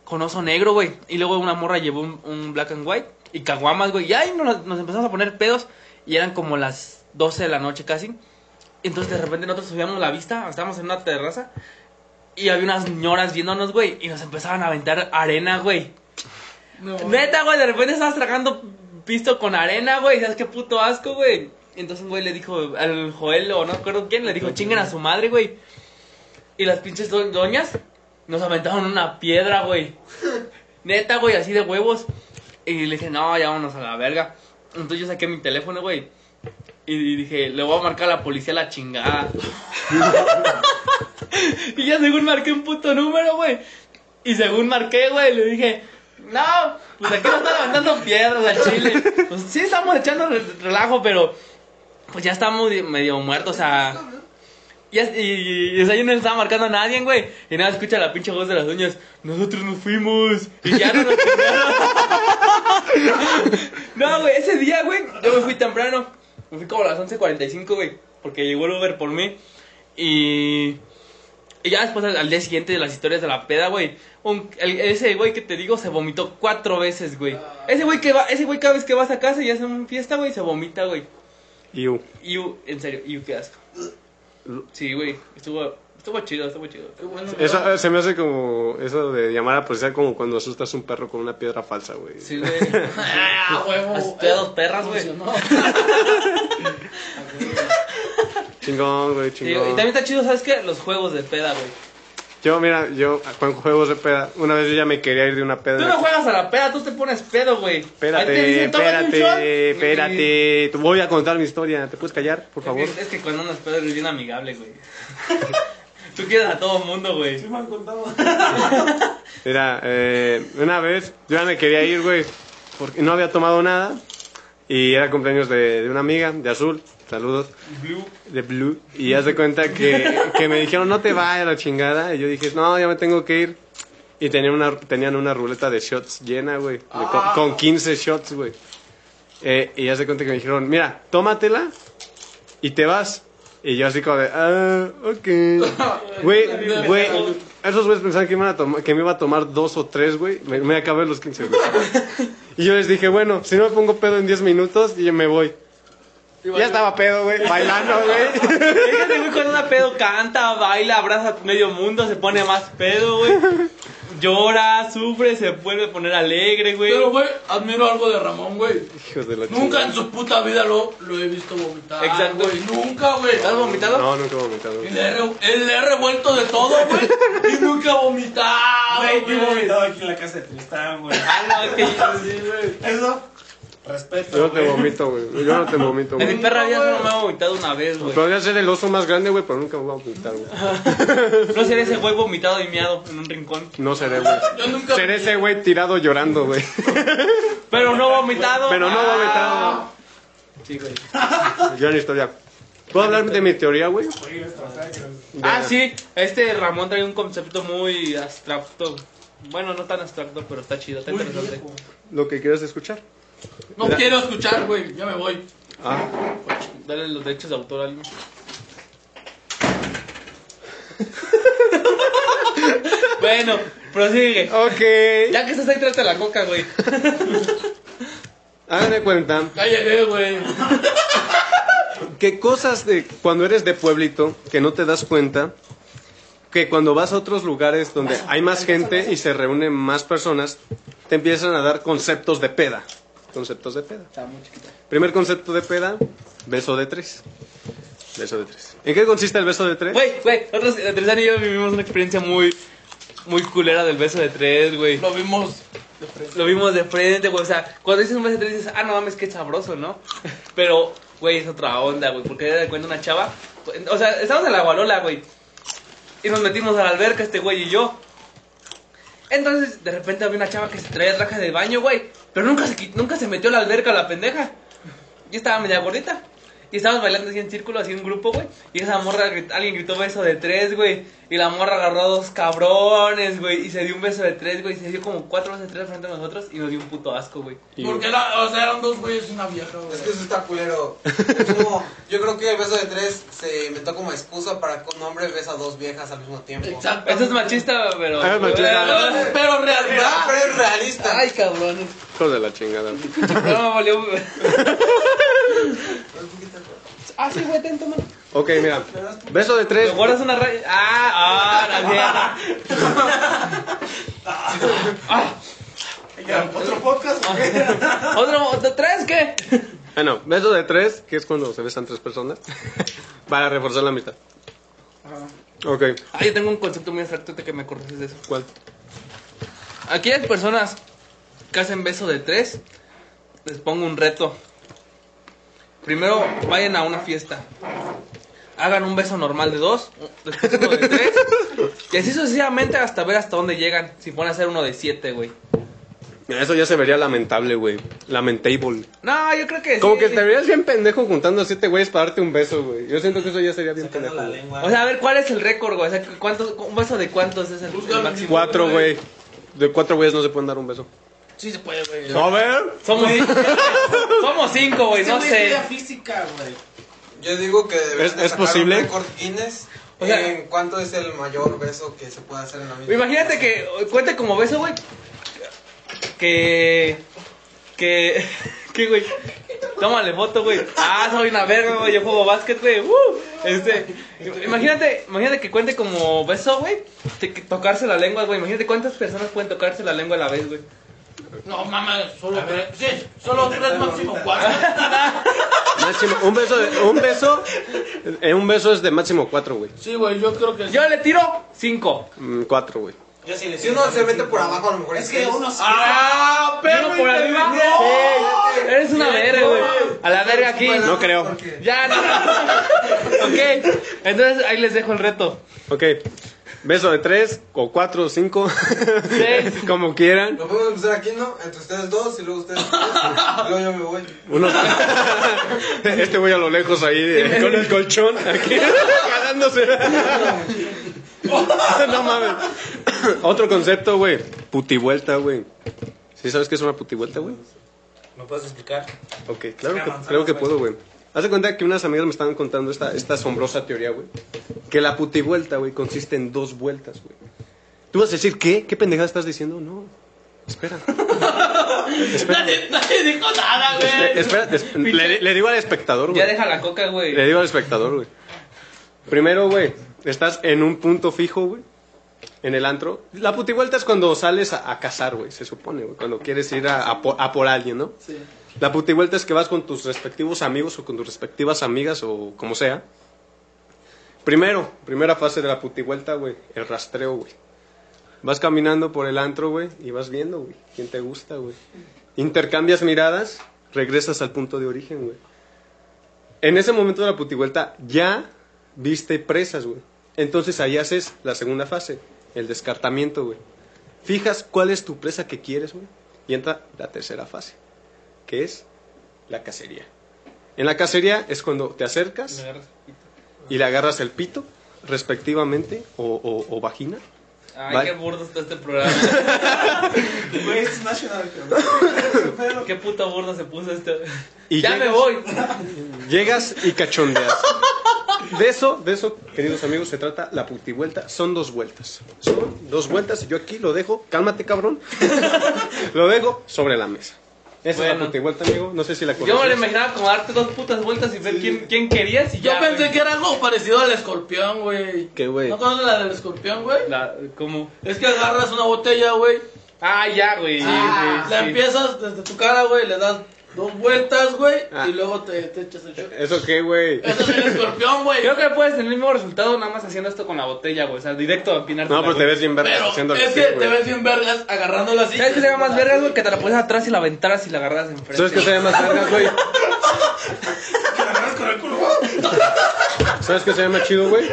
S3: Con oso negro, güey. Y luego una morra llevó un, un black and white y caguamas, güey. Y ahí nos, nos empezamos a poner pedos. Y eran como las 12 de la noche casi. Entonces de repente nosotros subíamos la vista, estábamos en una terraza. Y había unas ñoras viéndonos, güey. Y nos empezaban a aventar arena, güey.
S1: No.
S3: Neta, güey, de repente estabas tragando pisto con arena, güey. ¿Sabes qué puto asco, güey? Entonces, güey, le dijo al Joel o no recuerdo quién, le dijo, chingan a su madre, güey. Y las pinches do- doñas nos aventaron una piedra, güey. Neta, güey, así de huevos. Y le dije, no, ya vámonos a la verga. Entonces yo saqué mi teléfono, güey. Y dije, le voy a marcar a la policía la chingada. y ya según marqué un puto número, güey. Y según marqué, güey, le dije, no, pues aquí no están levantando piedras al chile. Pues sí, estamos echando re- relajo, pero pues ya estamos di- medio muertos, o sea. Y, as- y, y- y o sea, yo no le estaba marcando a nadie, güey. Y nada, escucha la pinche voz de las doñas. Nosotros nos fuimos. Y ya no nos chingaron. No, güey, ese día, güey, yo me fui temprano. Me fui como a las 11.45, güey. Porque llegó el Uber por mí. Y. Y ya después, al, al día siguiente de las historias de la peda, güey. un- el- Ese güey que te digo se vomitó cuatro veces, güey. Ese güey que va, ese güey cada vez que vas a casa y hacen una fiesta, güey, se vomita, güey. ah.
S2: güey. Iu.
S3: Y en serio, y qué asco. Sí, güey, estuvo, estuvo chido, estuvo chido.
S1: Qué bueno.
S2: Eso eh, se me hace como eso de llamar a policía como cuando asustas a un perro con una piedra falsa, güey.
S3: Sí, güey.
S1: Ah, huevo. Eh,
S3: Asusté a dos perras, güey.
S1: Funcionó.
S2: Chingón, güey,
S3: Sí, güey, y
S2: chingón.
S3: también está chido, ¿sabes qué? Los juegos de peda, güey.
S2: Yo, mira, yo con juegos de peda, una vez yo ya me quería ir de una peda.
S3: Tú no juegas a la peda, tú te pones pedo, güey. Ahí te
S2: Espérate,
S3: dicen, "Tómate un shot".
S2: espérate, espérate. Te Voy a contar mi historia. ¿Te puedes callar, por
S3: Es que-
S2: favor?
S3: Es que cuando andas pedo eres bien amigable, güey. Tú quieres a todo mundo, güey.
S4: Sí me han contado.
S2: Mira, eh, una vez yo ya me quería ir, güey, porque no había tomado nada y era cumpleaños de, de una amiga, de Azul, saludos,
S3: Blue.
S2: de Blue, y haz de cuenta que, que me dijeron, no te vayas a la chingada, y yo dije, no, ya me tengo que ir. Y tenían una, tenían una ruleta de shots llena, güey, de- con, con 15 shots, güey. Eh, y haz de cuenta que me dijeron, mira, tómatela y te vas. Y yo así como de, ah, ok. Güey, güey, esos güeyes pensaban que me, iban a tomar- que me iba a tomar dos o tres, güey. Me, me acabé los 15, güey. Y yo les dije, bueno, si no me pongo pedo en 10 minutos, yo me voy. Ya estaba pedo, güey, bailando, güey.
S3: Fíjate, güey, cuando una pedo canta, baila, abraza a medio mundo, se pone más pedo, güey. Llora, sufre, se vuelve a poner alegre, güey.
S1: Pero, güey, admiro algo de Ramón, güey.
S2: Hijos de la
S1: Nunca
S2: chingada.
S1: en su puta vida lo, lo he visto vomitar.
S3: Exacto.
S1: güey. Nunca, güey.
S3: ¿Has vomitado?
S2: No, nunca he vomitado.
S1: Y Le he, re- eh, le he revuelto de todo, güey. Y nunca he vomitado,
S4: Ah, Güey, yo he
S1: güey.
S4: vomitado aquí en la casa de Tristán, güey.
S3: Ah, no, es que
S1: Sí, güey.
S4: Eso,
S2: Yo no
S4: respeto.
S2: te vomito, güey. Yo no te vomito,
S3: en mi
S2: güey.
S3: perra vida solo me ha vomitado una vez, güey.
S2: Podría ser el oso más grande, güey, pero nunca me voy a vomitar, güey.
S3: No ser ese güey vomitado y miado en un rincón.
S2: No seré, güey.
S1: Yo nunca.
S2: Seré ese güey tirado llorando, güey.
S3: Pero no vomitado.
S2: Pero no vomitado.
S3: Ah, Sí, güey.
S2: Yo una historia. ¿Puedo hablar de mi teoría, güey? De-
S3: Ah, sí, este Ramón trae un concepto muy abstracto. Bueno, no tan abstracto, pero está chido, está interesante.
S2: Lo que quieras escuchar.
S1: No quiero escuchar, güey. Ya me voy.
S2: Ah,
S3: Dale los derechos de autor a alguien. Bueno, prosigue.
S2: Ok.
S3: Ya que estás ahí, trata la coca, güey.
S2: Hagan de cuenta
S1: Cállate, güey.
S2: que cosas de cuando eres de pueblito que no te das cuenta que cuando vas a otros lugares donde hay más gente y se reúnen más personas te empiezan a dar conceptos de peda conceptos de peda primer concepto de peda beso de tres beso de tres en qué consiste el beso de tres
S3: Güey, güey, nosotros, Tristan y yo vivimos una experiencia muy, muy culera del beso de tres, güey.
S1: Lo vimos.
S3: Lo vimos de frente, güey. O sea, cuando dices un beso de tres, dices, ah, no mames, qué sabroso, ¿no? Pero, güey, es otra onda, güey. Porque de cuenta una chava. O sea, estábamos en la gualola, güey. Y nos metimos a la alberca, este güey y yo. Entonces, de repente había una chava que se traía traje de baño, güey. Pero nunca se, qui- nunca se metió a la alberca, la pendeja. Yo estaba media gordita. Y estábamos bailando así en círculo, así en grupo, güey. Y esa morra, grit- alguien gritó beso de tres, güey. Y la morra agarró a dos cabrones, güey. Y se dio un beso de tres, güey. Y se dio como cuatro besos de tres frente a nosotros. Y nos dio un puto asco, güey.
S2: Y-
S1: Porque la, o sea, eran dos güeyes y una vieja, güey.
S5: Es que eso está culero. Es como- yo creo que el beso de tres se inventó como excusa para que un hombre besa a dos viejas al mismo tiempo.
S1: Exacto.
S3: Eso es machista, pero.
S2: Ah, es machista.
S1: Pero, pero
S5: Pero,
S1: realidad.
S5: pero es realista.
S1: Ay, cabrones.
S2: hijo de la chingada
S3: No me valió.
S1: Ah, sí, güey, ten, toma.
S2: ok mira beso de tres
S3: ¿Te guardas una raya? Ah, ah, la mierda.
S2: Ah.
S4: Ya, Otro podcast, ¿o qué?
S3: ¿Otro, otro tres qué?
S2: ah no beso de tres que es cuando se besan tres personas para reforzar la mitad ok
S3: Ah, yo tengo un concepto muy abstracto de que me corriges de eso.
S2: ¿cuál?
S3: Aquellas personas que hacen beso de tres, les pongo un reto. Primero vayan a una fiesta. Hagan un beso normal de dos, después uno de tres. Y así sucesivamente hasta ver hasta dónde llegan. Si ponen a hacer uno de siete, güey.
S2: Mira, Eso ya se vería lamentable, güey. Lamentable.
S3: No, yo creo que
S2: Como
S3: sí.
S2: que te verías bien pendejo juntando a siete güeyes para darte un beso, güey. Yo siento que eso ya sería bien
S4: Sacando
S2: pendejo.
S4: la
S2: güey.
S4: lengua.
S3: O sea, a ver, ¿cuál es el récord, güey? O sea, ¿cuántos, ¿un beso de cuántos es el, el máximo?
S2: Cuatro, güey. De cuatro güeyes no se pueden dar un beso.
S1: Sí se puede, güey.
S2: A ver.
S3: Somos, somos cinco, güey,
S4: Ese
S3: no
S4: güey es
S3: sé.
S4: de física, güey.
S5: Yo digo que deberían
S2: ¿Es-
S5: de
S2: es
S5: sacar un
S2: posible?
S5: récord Guinness
S3: O sea-
S5: en cuánto es el mayor beso que se puede hacer en la misma.
S3: Imagínate que cuente como beso, güey. Que. Que. ¿Qué, güey? Tómale foto, güey. Ah, soy una verga, güey. Yo juego básquet, güey. ¡Uh! Este. Imagínate, imagínate que cuente como beso, güey. de que Tocarse la lengua, güey. Imagínate cuántas personas pueden tocarse la lengua a la vez, güey.
S1: No, mames, solo tres. Sí, solo tres, máximo cuatro.
S2: Máximo. Un beso. de- un beso. eh, un beso es de máximo cuatro, güey.
S1: Sí, güey, yo creo que sí.
S3: Yo le tiro cinco.
S2: Mm, cuatro, güey.
S4: Yo sí le
S5: Si uno se mete por abajo, a lo mejor
S4: Es que
S5: seis.
S4: uno sí.
S3: ¡Ah!
S1: perro
S3: por arriba!
S1: inteligente.
S3: Sí. Eres una verga, güey. A la verga aquí.
S2: No creo.
S5: Porque-
S3: Ya, no. ok. Entonces ahí les dejo el reto.
S2: Ok. Beso de tres, o cuatro, o cinco.
S3: Seis.
S2: Como quieran.
S5: Lo podemos empezar aquí, ¿no? Entre ustedes dos y luego ustedes dos. y luego yo me voy.
S2: Uno. Este güey a lo lejos ahí, eh, con el colchón, aquí, jalándose. No mames. Otro concepto, güey. Putivuelta, güey. ¿Sí sabes qué es una putivuelta, güey?
S4: ¿Me puedes explicar?
S2: Ok, claro que,
S4: manzanas,
S2: creo que
S4: güey.
S2: puedo, güey. Haz de cuenta que unas amigas me estaban contando esta, esta asombrosa teoría, güey. Que la putivuelta, güey, consiste en dos vueltas, güey. ¿Tú vas a decir qué? ¿Qué pendejada estás diciendo? No. Espera.
S1: Nadie, nadie dijo nada, güey.
S2: Espera. es- le, le digo al espectador, güey. Eh,
S3: Ya deja la coca, güey.
S2: Le digo al espectador, güey. Primero, güey, estás en un punto fijo, güey. En el antro. La putivuelta es cuando sales a, a cazar, güey, se supone, güey. Cuando quieres ir a, a por, a por alguien, ¿no?
S1: Sí.
S2: La putivuelta es que vas con tus respectivos amigos o con tus respectivas amigas o como sea. Primero, primera fase de la putivuelta, güey. El rastreo, güey. Vas caminando por el antro, güey, y vas viendo, güey, quién te gusta, güey. Intercambias miradas, regresas al punto de origen, güey. En ese momento de la putivuelta ya viste presas, güey. Entonces ahí haces la segunda fase, el descartamiento, güey. Fijas cuál es tu presa que quieres, güey. Y entra la tercera fase, que es la cacería. En la cacería es cuando te acercas y le agarras el pito, respectivamente, o, o- o vagina.
S3: Ay,
S2: Bye.
S3: qué burdo está este programa.
S4: Güey, es National Pero
S3: qué puto burdo se puso este.
S2: Y
S3: ya
S2: llegas-
S3: me voy.
S2: Llegas y cachondeas. de eso, de eso, queridos amigos, se trata la putivuelta. Son dos vueltas. Son dos vueltas y yo aquí lo dejo, cálmate cabrón, lo dejo sobre la mesa. Esa es la
S3: Bueno.
S2: putivuelta, amigo. No sé si la
S3: Yo me lo
S2: conoces.
S3: imaginaba como darte dos putas vueltas y ver quién, quién querías y
S1: Yo
S3: ya.
S1: pensé
S3: güey.
S1: que era algo parecido al escorpión, güey.
S2: ¿Qué, güey?
S1: ¿No conoces la del escorpión, güey?
S3: La- ¿Cómo?
S1: Es que agarras una botella, güey.
S3: Ah, ya, güey.
S1: ah,
S3: sí,
S1: la
S3: sí.
S1: empiezas desde tu cara, güey. Le das dos vueltas, güey.
S2: Ah.
S1: Y luego te, te echas el shot.
S2: ¿Eso qué, güey?
S1: Eso es el escorpión, güey.
S3: Creo que puedes tener el mismo resultado nada más haciendo esto con la botella, güey. O sea, directo a empinarte.
S2: No, pues te ves bien vergas
S1: Pero
S2: haciendo
S1: es que te ves bien vergas agarrándola así.
S3: ¿Sabes qué sería más vergas, güey? Que te la pusieras atrás y la aventaras y la agarras enfrente.
S2: ¿Sabes qué sería más vergas, güey? ¿Sabes qué sería más chido, güey?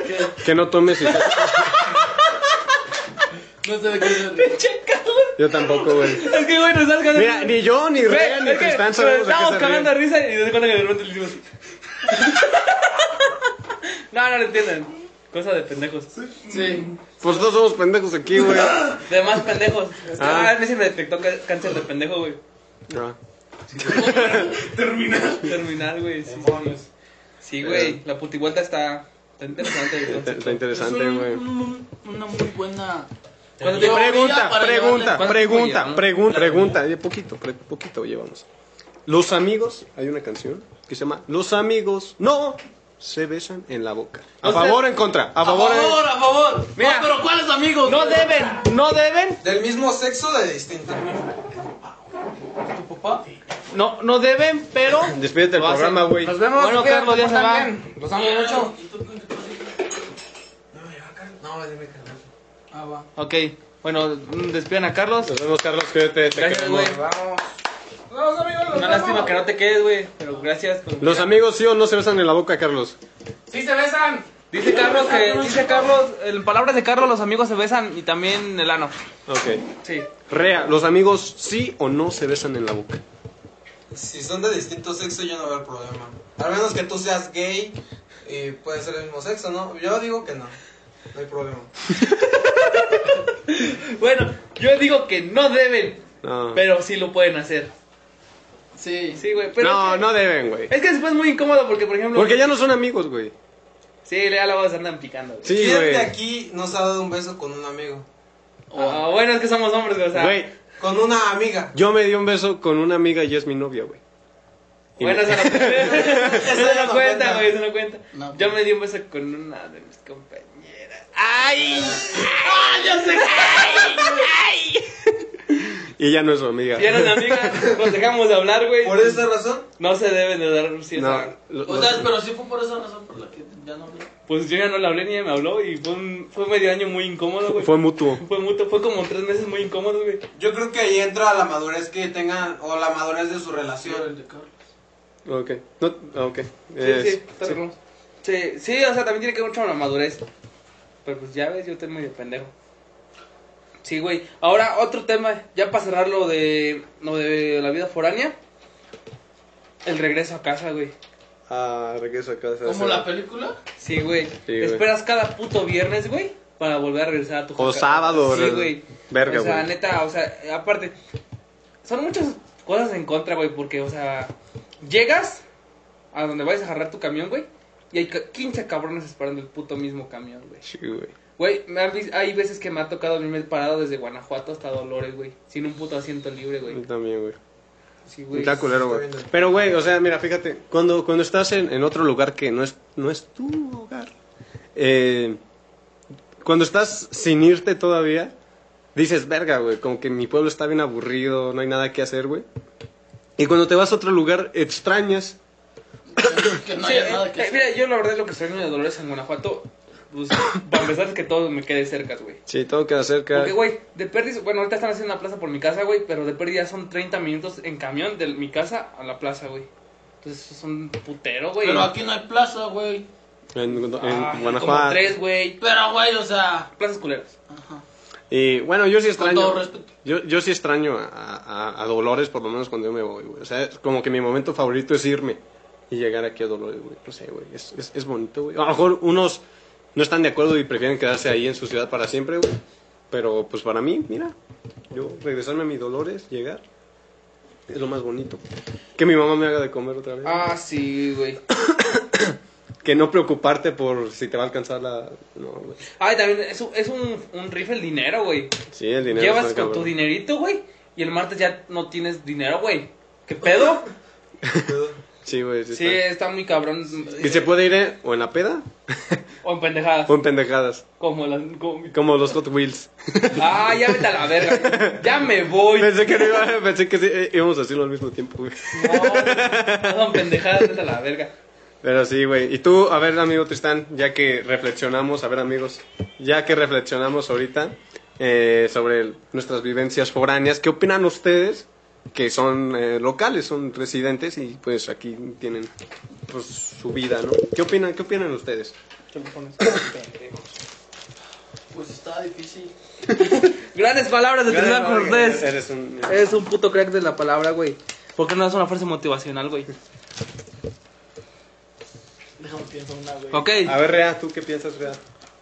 S2: Que no tomes y...
S1: No sé de qué es.
S3: Che, Carlos.
S2: Yo tampoco, güey.
S3: Es que, güey, nos estás cagando.
S2: Mira, ni yo, ni
S3: Güey,
S2: Ryan, ni
S3: es que
S2: Tristán
S3: nos
S2: sabemos de qué
S3: Estábamos
S2: se ríen.
S3: cagando de risa y desde cuando que de repente le hicimos así. No, no lo entienden. Cosa de pendejos.
S1: Sí.
S2: Pues todos somos pendejos aquí, güey.
S3: De más pendejos. Es que
S2: Ah.
S3: una vez Messi me detectó ca- cáncer de pendejo, güey.
S2: No.
S3: Terminal, güey. Sí,
S4: Demonios.
S3: sí. Sí, güey. La putivuelta está. Está interesante el
S2: Está Eh. está
S3: concepto.
S2: interesante,
S1: Es un-
S2: güey.
S1: un- una muy buena.
S3: Cuando te
S1: Yo-
S2: Pregunta, pregunta,
S1: para
S3: llevarle-
S2: pregunta,
S3: ¿Cuánto
S2: pregunta, pregunta. Eh, Poquito, pre- poquito llevamos. Los amigos, hay una canción que se llama Los amigos no se besan en la boca. ¿A
S3: O sea-
S2: favor o en contra?
S1: A
S2: ¿A favor? o en-
S1: favor, a favor.
S3: Mira.
S1: No, pero ¿cuáles amigos?
S3: No deben, no deben,
S5: Del mismo sexo de distinto.
S1: ¿Tu papá?
S3: no, no deben, pero.
S2: Despídete del
S3: Lo hacen.
S2: programa, güey.
S4: Nos vemos.
S3: Bueno,
S4: cuídate,
S3: Carlos, ya se va.
S4: también. Los amo mucho.
S1: Ah, ¿Y tú con tu cosita?
S5: No, ya, Carlos. No, dime, Carlos.
S1: Ah, va.
S3: Ok, bueno, mm, despidan a Carlos.
S2: Nos vemos, Carlos. Cuídate, te
S3: Gracias,
S2: queremos.
S3: güey.
S4: Vamos. Nos vemos, amigos. Nos
S3: Una
S4: vemos.
S3: lástima que no te quedes, güey. Pero gracias. con-
S2: Los amigos sí o no se besan en la boca, Carlos.
S4: Sí se besan.
S3: Dice Carlos que, dice Carlos, en palabras de Carlos, los amigos se besan y también el ano.
S2: Ok.
S3: Sí.
S2: Rea, los amigos sí o no se besan en la boca.
S5: Si son de distinto sexo, yo no veo el problema. Al menos que tú seas gay y puede ser el mismo sexo, ¿no? Yo digo que no. No hay problema.
S3: Bueno, yo digo que no deben,
S2: No.
S3: pero sí lo pueden hacer.
S1: Sí.
S3: Sí, güey, pero.
S2: no,
S3: es que,
S2: no deben, güey.
S3: Es que después es muy incómodo porque, por ejemplo.
S2: Porque ya no son amigos, güey.
S3: Sí, ya la vas a andar picando, güey.
S2: Sí,
S5: ¿Quién
S2: güey.
S5: de aquí no se ha dado un beso con un amigo?
S3: Ah, bueno, es que somos hombres, güey. O sea,
S2: Güey,
S5: Con una amiga.
S2: yo me di un beso con una amiga y es mi novia, güey. Y
S3: Bueno,
S2: me-
S3: eso no cuenta. Eso no cuenta,
S5: cuenta.
S3: güey. Eso no cuenta.
S1: No.
S3: Yo me di un beso con una de mis compañeras. ¡Ay!
S2: Y ella no es su amiga.
S3: Ya las amigas, nos dejamos de hablar, güey.
S5: Por esa razón,
S3: No se deben de dar si
S2: No, lo-
S1: O
S2: lo-
S1: sea, pero sí fue por esa razón por la que ya no hablé.
S3: Pues yo ya no le hablé ni ella me habló y fue, un, fue medio año muy incómodo, güey.
S2: fue mutuo.
S3: Fue mutuo, fue como tres meses muy incómodo, güey.
S5: yo creo que ahí entra la madurez que tengan o la madurez de su
S1: Sí, el
S5: relación.
S1: de Carlos.
S2: Ok. No, ah, ok.
S3: Sí,
S2: Es-
S3: sí, está bien. sí, sí, o sea, también tiene que ver mucho con la madurez. Pero pues ya ves, yo estoy medio pendejo. Sí, güey. Ahora otro tema, ya para cerrar lo de, lo de la vida foránea. El regreso a casa, güey.
S2: Ah, regreso a casa.
S1: ¿Como la película?
S3: Sí, güey.
S2: güey.
S3: Esperas cada puto viernes, güey, para volver a regresar a tu
S2: O
S3: ca-
S2: sábado,
S3: Sí,
S2: re-
S3: güey.
S2: verga,
S3: O sea,
S2: güey.
S3: neta, o sea, aparte, son muchas cosas en contra, güey, porque, o sea, llegas a donde vayas a agarrar tu camión, güey, y hay ca- 15 cabrones esperando el puto mismo camión, güey.
S2: Sí, güey.
S3: Güey, me han vis- hay veces que me ha tocado venirme parado desde Guanajuato hasta Dolores, güey, sin un puto asiento libre, güey.
S2: Yo También, güey.
S3: Sí, güey.
S2: Está culero, güey.
S5: Está bien.
S2: Pero, güey, o sea, mira, fíjate, cuando, cuando estás en, en otro lugar que no es, no es tu hogar, eh, cuando estás sin irte todavía, dices, verga, güey, como que mi pueblo está bien aburrido, no hay nada que hacer, güey. Y cuando te vas a otro lugar, extrañas.
S1: Que no
S3: Sí,
S1: haya
S3: eh,
S1: nada que
S3: eh,
S1: hacer.
S3: mira, yo la verdad lo que extraño de Dolores en Guanajuato, pues, para empezar es que todo me quede cerca, güey.
S2: Sí, todo queda cerca.
S3: Porque, güey, de perdis, bueno, ahorita están haciendo una plaza por mi casa, güey, pero de pérdida son 30 minutos en camión de mi casa a la plaza, güey. Entonces, eso es un putero, güey.
S1: Pero aquí no hay plaza, güey.
S2: En, en
S3: Ah, Como
S2: Guanajuato.
S3: tres, güey.
S1: Pero, güey, o sea.
S3: Plazas culeras.
S1: Ajá.
S2: Y bueno, yo sí extraño.
S1: todo respeto.
S2: Yo, yo sí extraño a, a- a Dolores, por lo menos cuando yo me voy, güey. O sea, es como que mi momento favorito es irme y llegar aquí a Dolores, güey. No sé, güey. Es, es- es bonito, güey. A lo mejor unos no están de acuerdo y prefieren quedarse ahí en su ciudad para siempre, güey. Pero pues para mí, mira, yo regresarme a mi Dolores, llegar, es lo más bonito. Que mi mamá me haga de comer otra vez.
S3: Ah, sí, güey.
S2: que no preocuparte por si te va a alcanzar la. No, güey.
S3: Ay, también es, un- es un, un rifle el dinero, güey.
S2: Sí, el dinero.
S3: Llevas
S2: está
S3: con tu
S2: cabrón.
S3: dinerito, güey. Y el martes ya no tienes dinero, güey. ¿Qué pedo?
S2: Sí, güey. Sí,
S3: Sí,
S2: está.
S3: está muy cabrón.
S2: Y se puede ir eh, o en la peda
S3: O en pendejadas.
S2: o en pendejadas.
S3: Como las. como-
S2: Como los Hot Wheels.
S3: Ah, ya vete a la verga. Ya me voy. No,
S2: Pensé que, no iba- pensé que sí, eh, íbamos a decirlo al mismo tiempo, güey.
S3: no son pendejadas, vete a la verga.
S2: Pero sí, güey. Y tú, a ver, amigo Tristán, ya que reflexionamos, a ver, amigos, ya que reflexionamos ahorita eh, sobre el- nuestras vivencias foráneas, ¿qué opinan ustedes? Que son eh, locales, son residentes y pues aquí tienen pues, su vida, ¿no? ¿Qué opinan, qué opinan ustedes?
S1: Pues está difícil.
S3: Grandes palabras de Tristan Cortés.
S2: Eres un-
S3: Eres un puto crack de la palabra, güey. ¿Por qué no das una frase motivacional, güey?
S1: Déjame pienso una, güey.
S3: Ok.
S2: A ver, Rea, ¿tú qué piensas, Rea?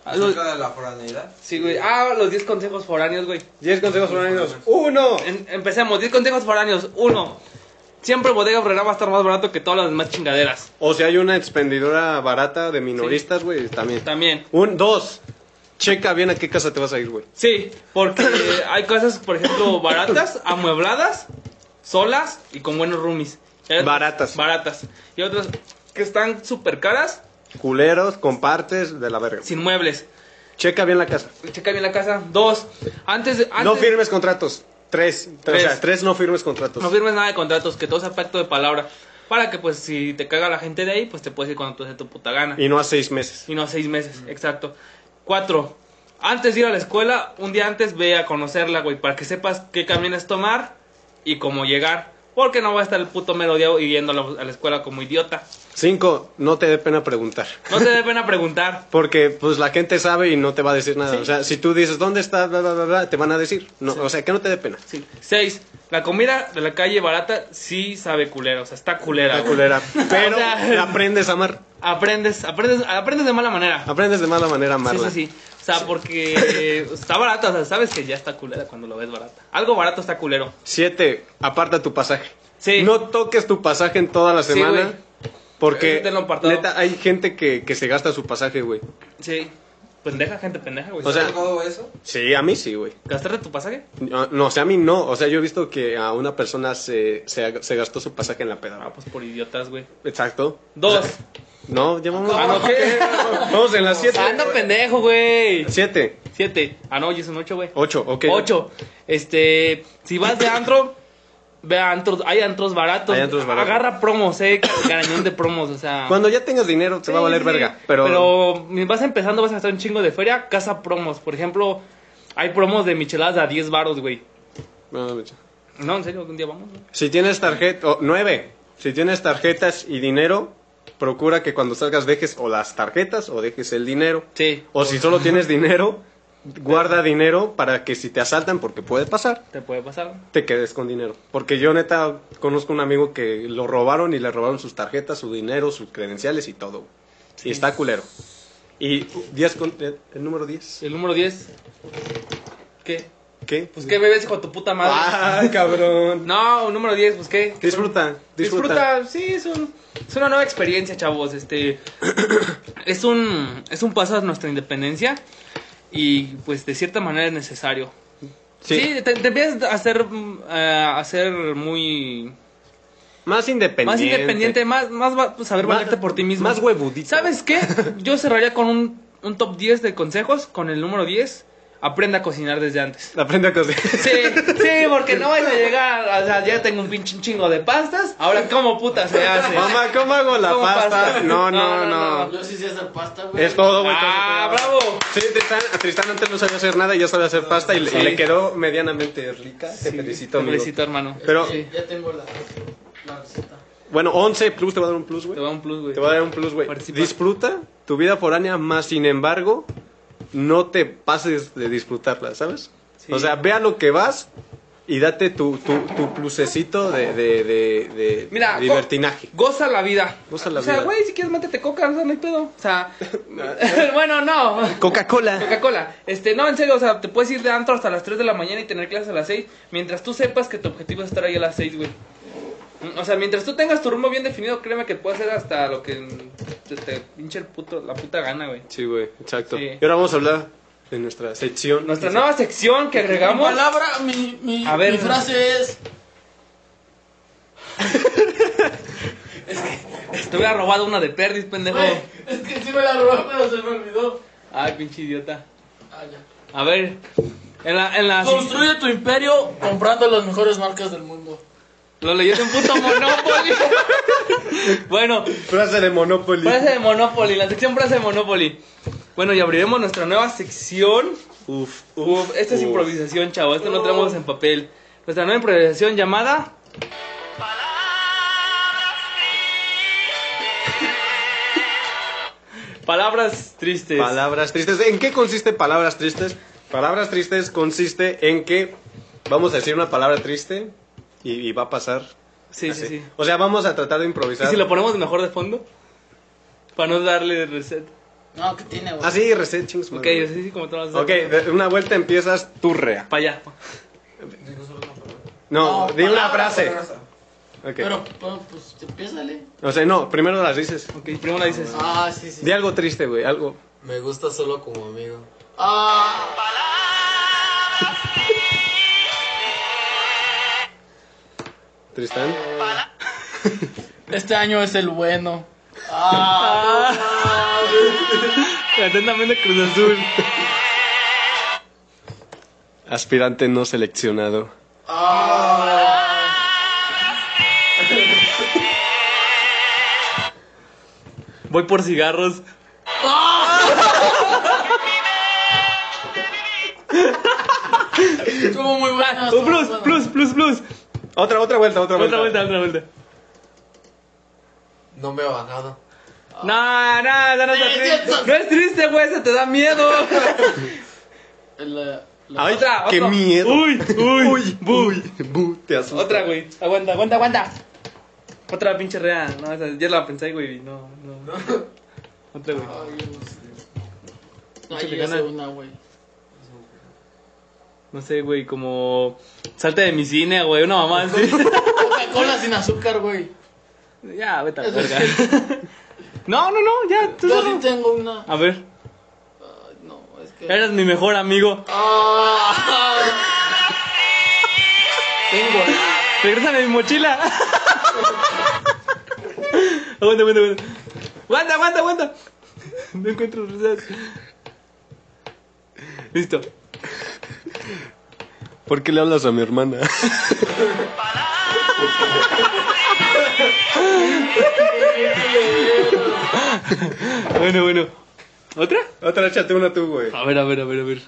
S3: algo-
S5: Acerca de la foraneidad.
S3: Sí, güey. Ah, los 10 consejos foráneos, güey.
S2: 10 consejos foráneos. ¡Uno!
S3: En- empecemos. 10 consejos foráneos. Uno. Siempre Bodega Obrera va a estar más barato que todas las demás chingaderas.
S2: O si hay una expendidora barata de minoristas, güey, también.
S3: También.
S2: Un, dos. Checa bien a qué casa te vas a ir, güey.
S3: Sí, porque hay cosas, por ejemplo, baratas, amuebladas, solas y con buenos roomies. Y hay otras
S2: Baratas.
S3: Baratas. Y otras que están súper caras,
S2: Culeros, compartes, de la verga.
S3: sin muebles.
S2: Checa bien la casa.
S3: Checa bien la casa. Dos, antes de... Antes
S2: No firmes contratos. Tres.
S3: Tres.
S2: O sea, tres no firmes contratos.
S3: no firmes nada de contratos, que todo sea pacto de palabra. Para que, pues, si te caga la gente de ahí, pues te puedes ir cuando tú de tu puta gana.
S2: y no a seis meses.
S3: Y no seis meses, exacto. Cuatro, antes de ir a la escuela, un día antes ve a conocerla, güey, para que sepas qué camiones tomar y cómo llegar. Porque no va a estar el puto mero día yendo a la, a la escuela como idiota.
S2: Cinco, no te dé pena preguntar.
S3: No te dé pena preguntar.
S2: Porque pues la gente sabe y no te va a decir nada. O sea, si tú dices dónde está, bla, bla, bla, bla, te van a decir. No, O sea, que no te dé pena.
S3: Sí. Seis, la comida de la calle barata sí sabe culera, o sea, está culera.
S2: La
S3: güey.
S2: culera. Pero
S3: O sea-
S2: aprendes a amar.
S3: Aprendes, aprendes, aprendes de mala manera.
S2: Aprendes de mala manera a
S3: Sí,
S2: amarla.
S3: sí, sí. O sea, porque eh, está barata, o sea, sabes que ya está culera cuando lo ves barata. Algo barato está culero.
S2: Siete, aparta tu pasaje.
S3: Sí.
S2: No toques tu pasaje en toda la
S3: Sí,
S2: semana. porque
S3: Eso tenlo apartado.
S2: neta, hay gente que, que se gasta su pasaje, güey.
S3: Sí. Pendeja, gente pendeja, güey.
S2: O
S5: O
S2: sea-
S5: sea, todo eso.
S2: Sí, a mí sí, güey.
S3: ¿Gastaste tu pasaje?
S2: No, no, o sea, a mí no. O sea, yo he visto que a una persona se, se, se gastó su pasaje en la peda.
S3: Ah, pues por idiotas, güey.
S2: Exacto.
S3: Dos.
S2: No, ya vamos.
S3: Ah, no, ¿qué? Ah,
S2: Vamos en las siete.
S3: Anda pendejo, güey.
S2: Siete.
S3: Siete. Ah, no, yo son ocho, güey.
S2: Ocho, ok.
S3: Ocho. Este, si vas de antro, ve a antros. Hay antros baratos.
S2: Hay antros baratos.
S3: Agarra promos, eh. Garañón de promos, o sea.
S2: Cuando ya tengas dinero, te va a
S3: Sí,
S2: valer
S3: sí,
S2: verga. Pero,
S3: Pero vas empezando, vas a gastar un chingo de feria. Casa promos. Por ejemplo, hay promos de micheladas a 10 baros, güey.
S2: No, no, mucho.
S3: No, en serio, algún día vamos. güey.
S2: Si tienes tarjeta. oh, nueve. Si tienes tarjetas y dinero, procura que cuando salgas dejes o las tarjetas o dejes el dinero.
S3: Sí.
S2: O si solo tienes dinero, guarda dinero para que si te asaltan, porque puede pasar.
S3: Te puede pasar.
S2: te quedes con dinero. Porque yo neta conozco un amigo que lo robaron y le robaron sus tarjetas, su dinero, sus credenciales y todo. Y está culero. Y 10 con eh, el número 10.
S3: El número 10. ¿Qué?
S2: ¿Qué?
S3: Pues qué bebes con tu puta madre.
S2: Ah, cabrón.
S3: No, un número 10, pues qué.
S2: Disfruta, disfruta.
S3: Disfruta, sí, es, un- es una nueva experiencia, chavos. Este es un es un paso a nuestra independencia y pues de cierta manera es necesario. Sí, te, te empiezas a hacer mm, a a ser muy
S2: Más independiente.
S3: más independiente, más más va- pues, saber
S2: Más-
S3: valerte por ti mismo.
S2: Más huevudito.
S3: ¿Sabes qué? Yo cerraría con un, un top 10 de consejos con el número 10, aprenda a cocinar desde antes.
S2: Aprende a cocinar.
S3: Sí, sí, porque no vas a llegar, o sea, ya tengo un pinche chingo de pastas, ahora cómo puta se hace.
S2: Mamá, ¿cómo hago la
S3: ¿Cómo
S2: pasta?
S3: pasta?
S2: No, no,
S3: No,
S2: no,
S3: no,
S1: pues, Yo sí sé hacer pasta, güey.
S2: Es todo, güey.
S3: Ah,
S2: todo.
S3: bravo.
S2: Sí, Tristán, a Tristán antes no sabía hacer nada y ya sabe hacer pasta y, le- y
S3: Sí.
S2: le quedó medianamente rica. Te felicito,
S3: Te
S2: amigo.
S3: felicito, hermano.
S2: Pero-
S3: Sí,
S1: Ya tengo la, la receta.
S2: Bueno, 11 plus te va a dar un plus, güey.
S3: te va un plus, güey.
S2: Te va a dar un plus, güey.
S3: Participa.
S2: Disfruta tu vida foránea, más sin embargo, no te pases de disfrutarla, ¿sabes?
S3: Sí.
S2: O sea, ve a lo que vas y date tu, tu, tu plusecito de, de, de, de
S3: Mira, go-
S2: libertinaje.
S3: Goza la vida.
S2: Goza la
S3: o sea,
S2: vida.
S3: güey, si quieres métete coca, o sea, no hay pedo. O sea, bueno, no.
S2: Coca-Cola.
S3: Coca-Cola. Este, no, en serio, o sea, te puedes ir de antro hasta las 3 de la mañana y tener clases a las 6, mientras tú sepas que tu objetivo es estar ahí a las 6, güey. Mm, O sea, mientras tú tengas tu rumbo bien definido, créeme que puedes hacer hasta lo que mm, te, te pinche el puto, la puta gana, güey.
S2: Sí, güey, exacto.
S3: Sí.
S2: Y ahora vamos a hablar de nuestra sección.
S3: Nuestra nueva sección que
S1: Mi
S3: agregamos.
S1: palabra, mi, mi,
S3: A ver.
S1: mi frase es.
S3: Te hubiera robado una de Perdis, pendejo.
S1: Güey, es que sí me la robó, pero se me olvidó.
S3: Ay, pinche idiota.
S1: Ah, ya.
S3: A ver. En la, en la.
S1: Construye tu imperio comprando las mejores marcas del mundo.
S3: Lo leíste en puto Monopoly. bueno,
S2: Frase de Monopoly.
S3: frase de Monopoly, la sección frase de Monopoly. Bueno, y abriremos nuestra nueva sección.
S2: Uf,
S3: Uf,
S2: uf.
S3: esta es
S2: uf.
S3: improvisación, chavo. Esto no lo tenemos en papel. Nuestra nueva improvisación llamada. Palabras tristes.
S2: Palabras tristes. ¿En qué consiste palabras tristes? Palabras tristes consiste en que vamos a decir una palabra triste y, y va a pasar.
S3: Sí, sí,
S2: así.
S3: sí.
S2: O sea, vamos a tratar de
S3: ¿Y
S2: improvisar.
S3: si lo ponemos mejor de fondo? Para no darle reset.
S1: No, ¿qué tiene, güey?
S2: Así, Ah, reset, chingos.
S3: Ah, Ok,
S2: madre.
S3: así como te lo vas a
S2: Ok, de una vuelta empiezas tú, Rea.
S3: Para allá.
S5: Digo solo una palabra.
S2: No,
S1: No,
S2: di una
S1: palabra,
S2: frase.
S5: Raza.
S2: Ok.
S1: Pero, pero, pues, empiézale.
S2: O sea, no, primero las dices.
S3: Ok, primero la dices.
S1: Ah, sí, sí.
S2: Di algo triste, güey, algo.
S5: Me gusta solo como amigo.
S1: Ah,
S2: Tristán.
S1: este año es el bueno. Ah, no mames.
S3: Atentamente Cruz Azul.
S2: Aspirante no seleccionado.
S3: Voy por cigarros.
S1: estuvo muy bueno. estuvo
S3: Ah, plus,
S1: muy bueno.
S3: plus, plus, plus.
S2: Otra, otra vuelta, otra vuelta.
S3: Otra vuelta, otra vuelta.
S5: No me ha bajado.
S3: No, no, no, no,
S1: Sí,
S3: está triste.
S1: cierto.
S3: no es triste, güey, eso te da miedo.
S1: La- la-
S2: Ay,
S3: Otra,
S2: qué
S3: otra.
S2: miedo.
S3: Uy, uy,
S2: uy, uy, bu, te asusta.
S3: Otra, güey. Aguanta, aguanta, aguanta. Otra pinche rea. No, esa, ya la pensé, güey. No, no. Otra, güey.
S1: Ay, yo no sé.
S3: Ah. Échale
S1: Ay, yo sé
S3: ganas.
S1: una, güey.
S3: No sé, güey, como. Salte de mi cine, güey. Una mamá así.
S1: Coca-Cola sin azúcar, güey.
S3: ya, vete a la verga. No, no, no, ya, tú
S1: Yo sí
S3: solo.
S1: tengo una.
S3: A ver,
S1: Ay, no, es que.
S3: eres mi mejor amigo.
S1: Ah,
S5: Tengo.
S3: Regrésame mi mochila. aguanta, aguanta, aguanta. Aguanta, aguanta, aguanta. No encuentro risas. Listo.
S2: ¿Por qué le hablas a mi hermana?
S3: Bueno, bueno. ¿Otra?
S2: otra, échate una tú, güey.
S3: A ver, a ver, a ver, a ver.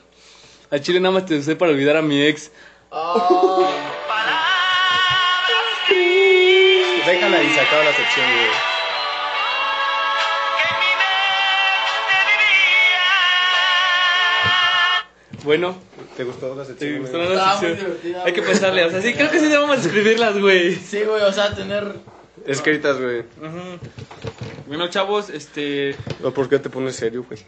S3: Al chile nada más te usé para olvidar a mi ex.
S1: ah,
S2: Déjala y se acaba la sección, güey.
S3: Bueno,
S2: ¿Te gustó la sección?
S3: te
S2: güey?
S3: gustó la
S1: Estaba muy
S3: sección.
S1: divertida,
S3: Hay que
S1: güey.
S3: pensarle, o sea, sí, creo que sí debemos escribirlas, güey.
S1: sí, güey, o sea, tener.
S2: Escritas, güey.
S3: Bueno, chavos, este.
S2: No, ¿Por qué te pones serio, güey?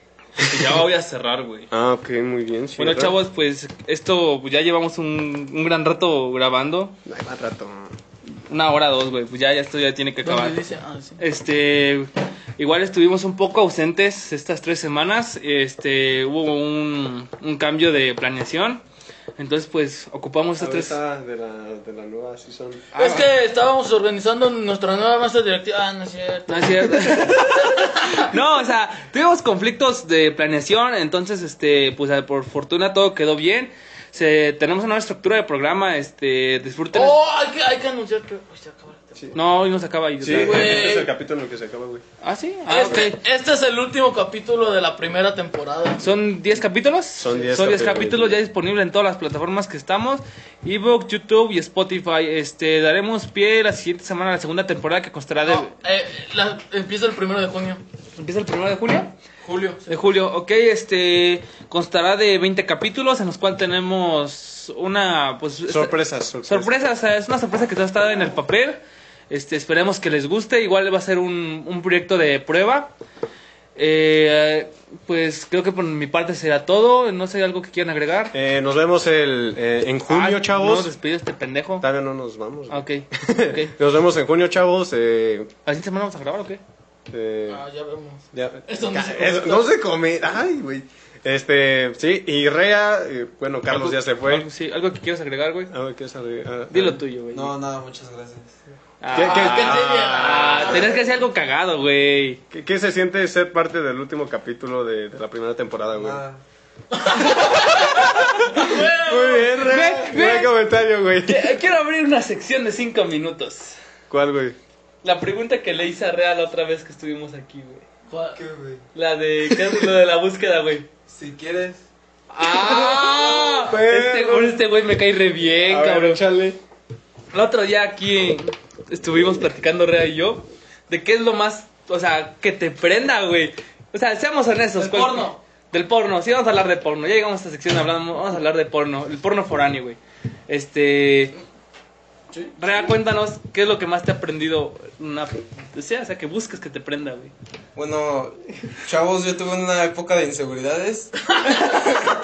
S3: Ya voy a cerrar, güey.
S2: Ah, ok, muy bien.
S3: Bueno,
S2: cierra.
S3: chavos, pues esto pues, ya llevamos un, un gran rato grabando.
S2: Ahí va rato.
S3: Una hora, dos, güey. Pues ya, ya esto ya tiene que acabar.
S1: ¿Dónde dice? Ah, sí.
S3: Este, igual estuvimos un poco ausentes estas tres semanas. Este, hubo un, un cambio de planeación. Entonces, pues, ocupamos
S2: Esta
S3: estas tres.
S2: de la, de la nueva season.
S1: es que estábamos organizando nuestra nueva mesa directiva. Ah, no es cierto.
S3: No es cierto. no, o sea, tuvimos conflictos de planeación, entonces, este, pues a- por fortuna todo quedó bien. Se, tenemos una nueva estructura de programa, este, disfruten.
S1: Oh, hay que, hay que anunciar que. Uy, se acabó la temporada.
S3: No, hoy nos acaba y
S2: Sí,
S1: güey.
S2: este es el capítulo que se acaba, güey.
S3: Ah, sí, ah,
S1: este,
S3: ok.
S1: este es el último capítulo de la primera temporada.
S3: ¿Son 10 capítulos?
S2: Son 10
S3: Son 10
S2: capítulos.
S3: capítulos ya disponibles en todas las plataformas que estamos. Ebook, YouTube y Spotify. Este, daremos pie la siguiente semana a la segunda temporada que constará de...
S1: No, eh, la- empieza el primero de junio.
S3: ¿Empieza el primero de julio?
S1: Julio. sí.
S3: De julio, ok, este constará de 20 capítulos en los cuales tenemos una pues esta-
S2: Sorpresas, sorpresas.
S3: sorpresa, o sea, es una sorpresa que está está en el papel. Este, esperemos que les guste, igual va a ser un, un proyecto de prueba. Eh, pues creo que por mi parte será todo, no sé algo que quieran agregar.
S2: Eh, nos vemos el, eh, en junio,
S3: Ah, No,
S2: chavos.
S3: despidió este pendejo.
S2: Todavía no nos vamos. güey.
S3: Ah, ok. ok.
S2: Nos vemos en junio, chavos. Eh,
S3: ¿La siguiente semana vamos a grabar o qué?
S2: Este,
S7: Ah, ya vemos.
S2: ya-
S1: Eso no
S2: Ca-
S1: se come.
S2: eso no se come. Ay, güey. Este, sí, y Rea, eh, bueno, Carlos ya se fue.
S8: Algo- Sí, algo que quieras agregar, güey.
S2: A ver, ¿qué sale? Ah,
S8: Dilo
S2: ah.
S8: tuyo, güey.
S5: No, nada, muchas gracias.
S8: Ah,
S2: ¿Qué- qué-
S8: ah, tenías que hacer algo cagado, güey.
S2: ¿Qué, qué se siente ser parte del último capítulo de, de la primera temporada, güey?
S5: Nada.
S2: Muy bien, Rea.
S8: Ve, ve.
S2: Buen comentario, güey.
S1: Eh, Quiero abrir una sección de 5 minutos.
S2: ¿Cuál, güey?
S3: La pregunta que le hice a Real otra vez que estuvimos aquí, güey.
S5: ¿Qué, güey?
S3: La de, ¿qué es lo de la búsqueda, güey?
S5: Si quieres.
S3: ¡Ah!
S2: Pero-
S3: Este güey este güey me cae re bien,
S2: A ver,
S3: cabrón.
S2: échale.
S3: El otro día aquí estuvimos platicando Rea y yo de qué es lo más, o sea, que te prenda, güey. O sea, seamos honestos.
S7: Del
S3: ¿cuál-
S7: porno.
S3: Del porno, sí, vamos a hablar de porno. Ya llegamos a esta sección, hablando, vamos a hablar de porno. El porno foráneo, güey. Este... Rea, cuéntanos qué es lo que más te ha aprendido una... O sea, o sea, que busques que te prenda, güey.
S5: Bueno, chavos, yo tuve una época de inseguridades.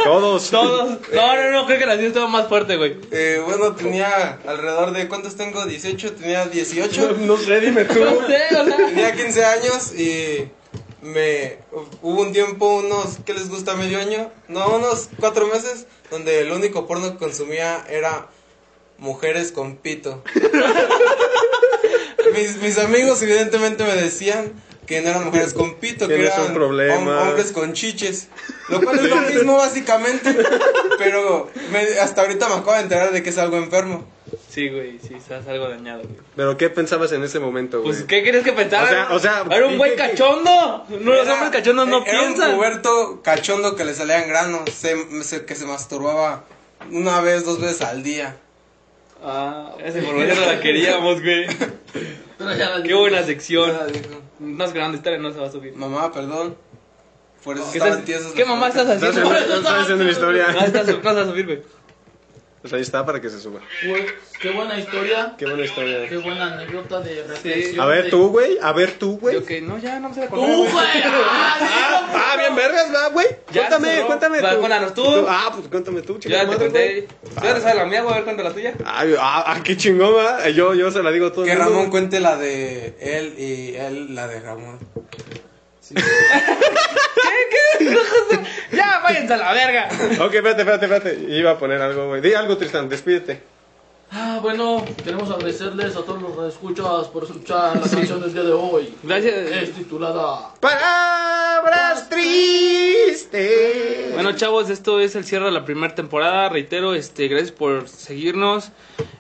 S2: Todos.
S3: Todos... No, no, no, creo que la tuya estuvo más fuerte, güey.
S5: Eh, bueno, tenía alrededor de, ¿cuántos tengo? 18, tenía 18.
S2: No sé, dime tú.
S3: No sé, o sea...
S5: Tenía 15 años y me hubo un tiempo, unos, ¿qué les gusta? Medio año, no, unos cuatro meses, donde el único porno que consumía era mujeres con pito. mis, mis amigos evidentemente me decían que no eran mujeres con pito, que
S2: Tienes un
S5: eran
S2: problema.
S5: hom- hombres con chiches, lo cual es lo mismo básicamente, pero me- hasta ahorita me acabo de enterar de que es algo enfermo.
S3: Sí, güey, sí, estás algo dañado, güey.
S2: Pero ¿qué pensabas en ese momento, güey?
S3: Pues, ¿qué quieres que pensara?
S2: O sea, o sea,
S3: Era un güey
S2: ¿qué- qué-
S3: cachondo. No, los
S5: Era-
S3: hombres cachondos no
S5: era
S3: piensan.
S5: un puberto cachondo que le salían granos, se, se- que se masturbaba una vez, dos veces al día.
S3: Ah, esa información no la queríamos, güey.
S1: Pero ya la
S3: Qué buena
S5: Nada,
S3: sección.
S5: dijo,
S3: Más grande historia no se va a subir.
S5: Mamá, perdón. Por eso
S3: ¿Qué,
S5: estaban
S3: estás-
S5: tiesos
S3: qué
S5: los
S3: mamá estás
S5: pubertos".
S2: Estás
S3: haciendo?
S2: haciendo, estás haciendo la
S3: No,
S2: historia.
S3: estás- no se va a subir, güey.
S2: Pues ahí está para que se suba.
S1: Güey, Qué buena historia.
S2: Qué buena
S1: Qué
S2: historia.
S1: buena anécdota de reflexión.
S2: A ver
S1: de-
S2: tú, güey. A ver tú, güey.
S3: Yo que no, ya no me se la
S1: Tú,
S3: contar,
S1: güey.
S3: güey.
S1: Ah, sí,
S2: Ah, bien vergas, va, güey.
S3: Ya
S2: Cuéntame,
S3: cerró.
S2: cuéntame
S3: Va,
S2: tú.
S3: cuéntanos tú.
S2: Ah, pues cuéntame tú,
S3: Yo
S2: chica.
S3: ya te conté. Yo ya te sabes la mía, güey, a ver cuenta la tuya.
S2: Ay, ah, ah, qué chingón, va. Yo, yo se la digo a todo el
S5: Que
S2: mundo,
S5: Ramón
S2: güey.
S5: cuente la de él y él la de Ramón.
S3: Ya, váyanse a la verga.
S2: Ok, espérate, espérate, espérate. Iba a poner algo, güey. Di algo, Tristan, despídete.
S1: Ah, bueno, queremos agradecerles a todos los que escuchas por escuchar la canción del día de hoy.
S3: Gracias. eh,
S1: Es titulada
S2: Palabras tristes.
S3: Bueno, chavos, esto es el cierre de la primera temporada. Reitero, este, gracias por seguirnos.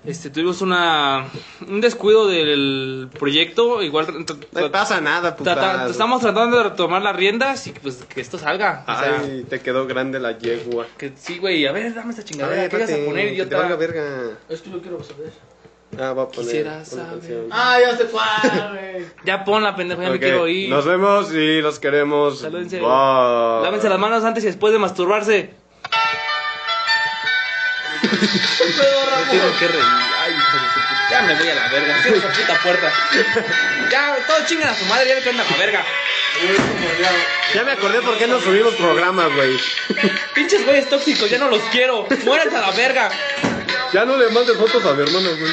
S3: Este, tuvimos una un descuido del proyecto. Igual tra-
S2: No
S3: tra-
S2: pasa nada,
S3: tra- tra-
S2: puta.
S3: estamos tratando de retomar las riendas y pues que esto salga. O sea,
S2: Ay, te quedó grande la yegua.
S3: que sí, güey. A ver, dame esta
S2: A
S3: chingadera.
S2: ver,
S3: ¿Qué ibas a
S2: espérate,
S3: poner,
S2: que te valga
S3: idiota?
S2: verga.
S1: Es que yo quiero saber.
S2: Ah, va a poner.
S3: Quisiera
S2: una
S3: saber.
S2: canción.
S1: Ah, ya sé cuál, güey.
S3: Ya pon la pendeja, ya
S2: Ok,
S3: me quiero ir.
S2: Nos vemos y los queremos.
S3: Salúdense.
S2: Bye.
S3: Lávense las manos antes y después de masturbarse. No tienen que reír. Ay, hijo de su puta. Ya me voy a la verga. Cierra esa puta puerta. Ya, todos chingan a su madre. Ya le andan a la verga.
S2: Ya me acordé por qué no subimos programas, güey.
S3: Pinches güeyes tóxicos, ya no los quiero. Muéranse a la verga.
S2: Ya no le mandes fotos a mi hermano, güey.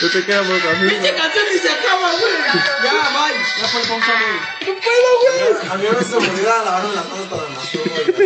S2: Yo te quedamos a mí.
S7: Pinche canción ni se acaba, güey.
S5: A mí a veces se me olvida lavarme las manos cuando me masturbo.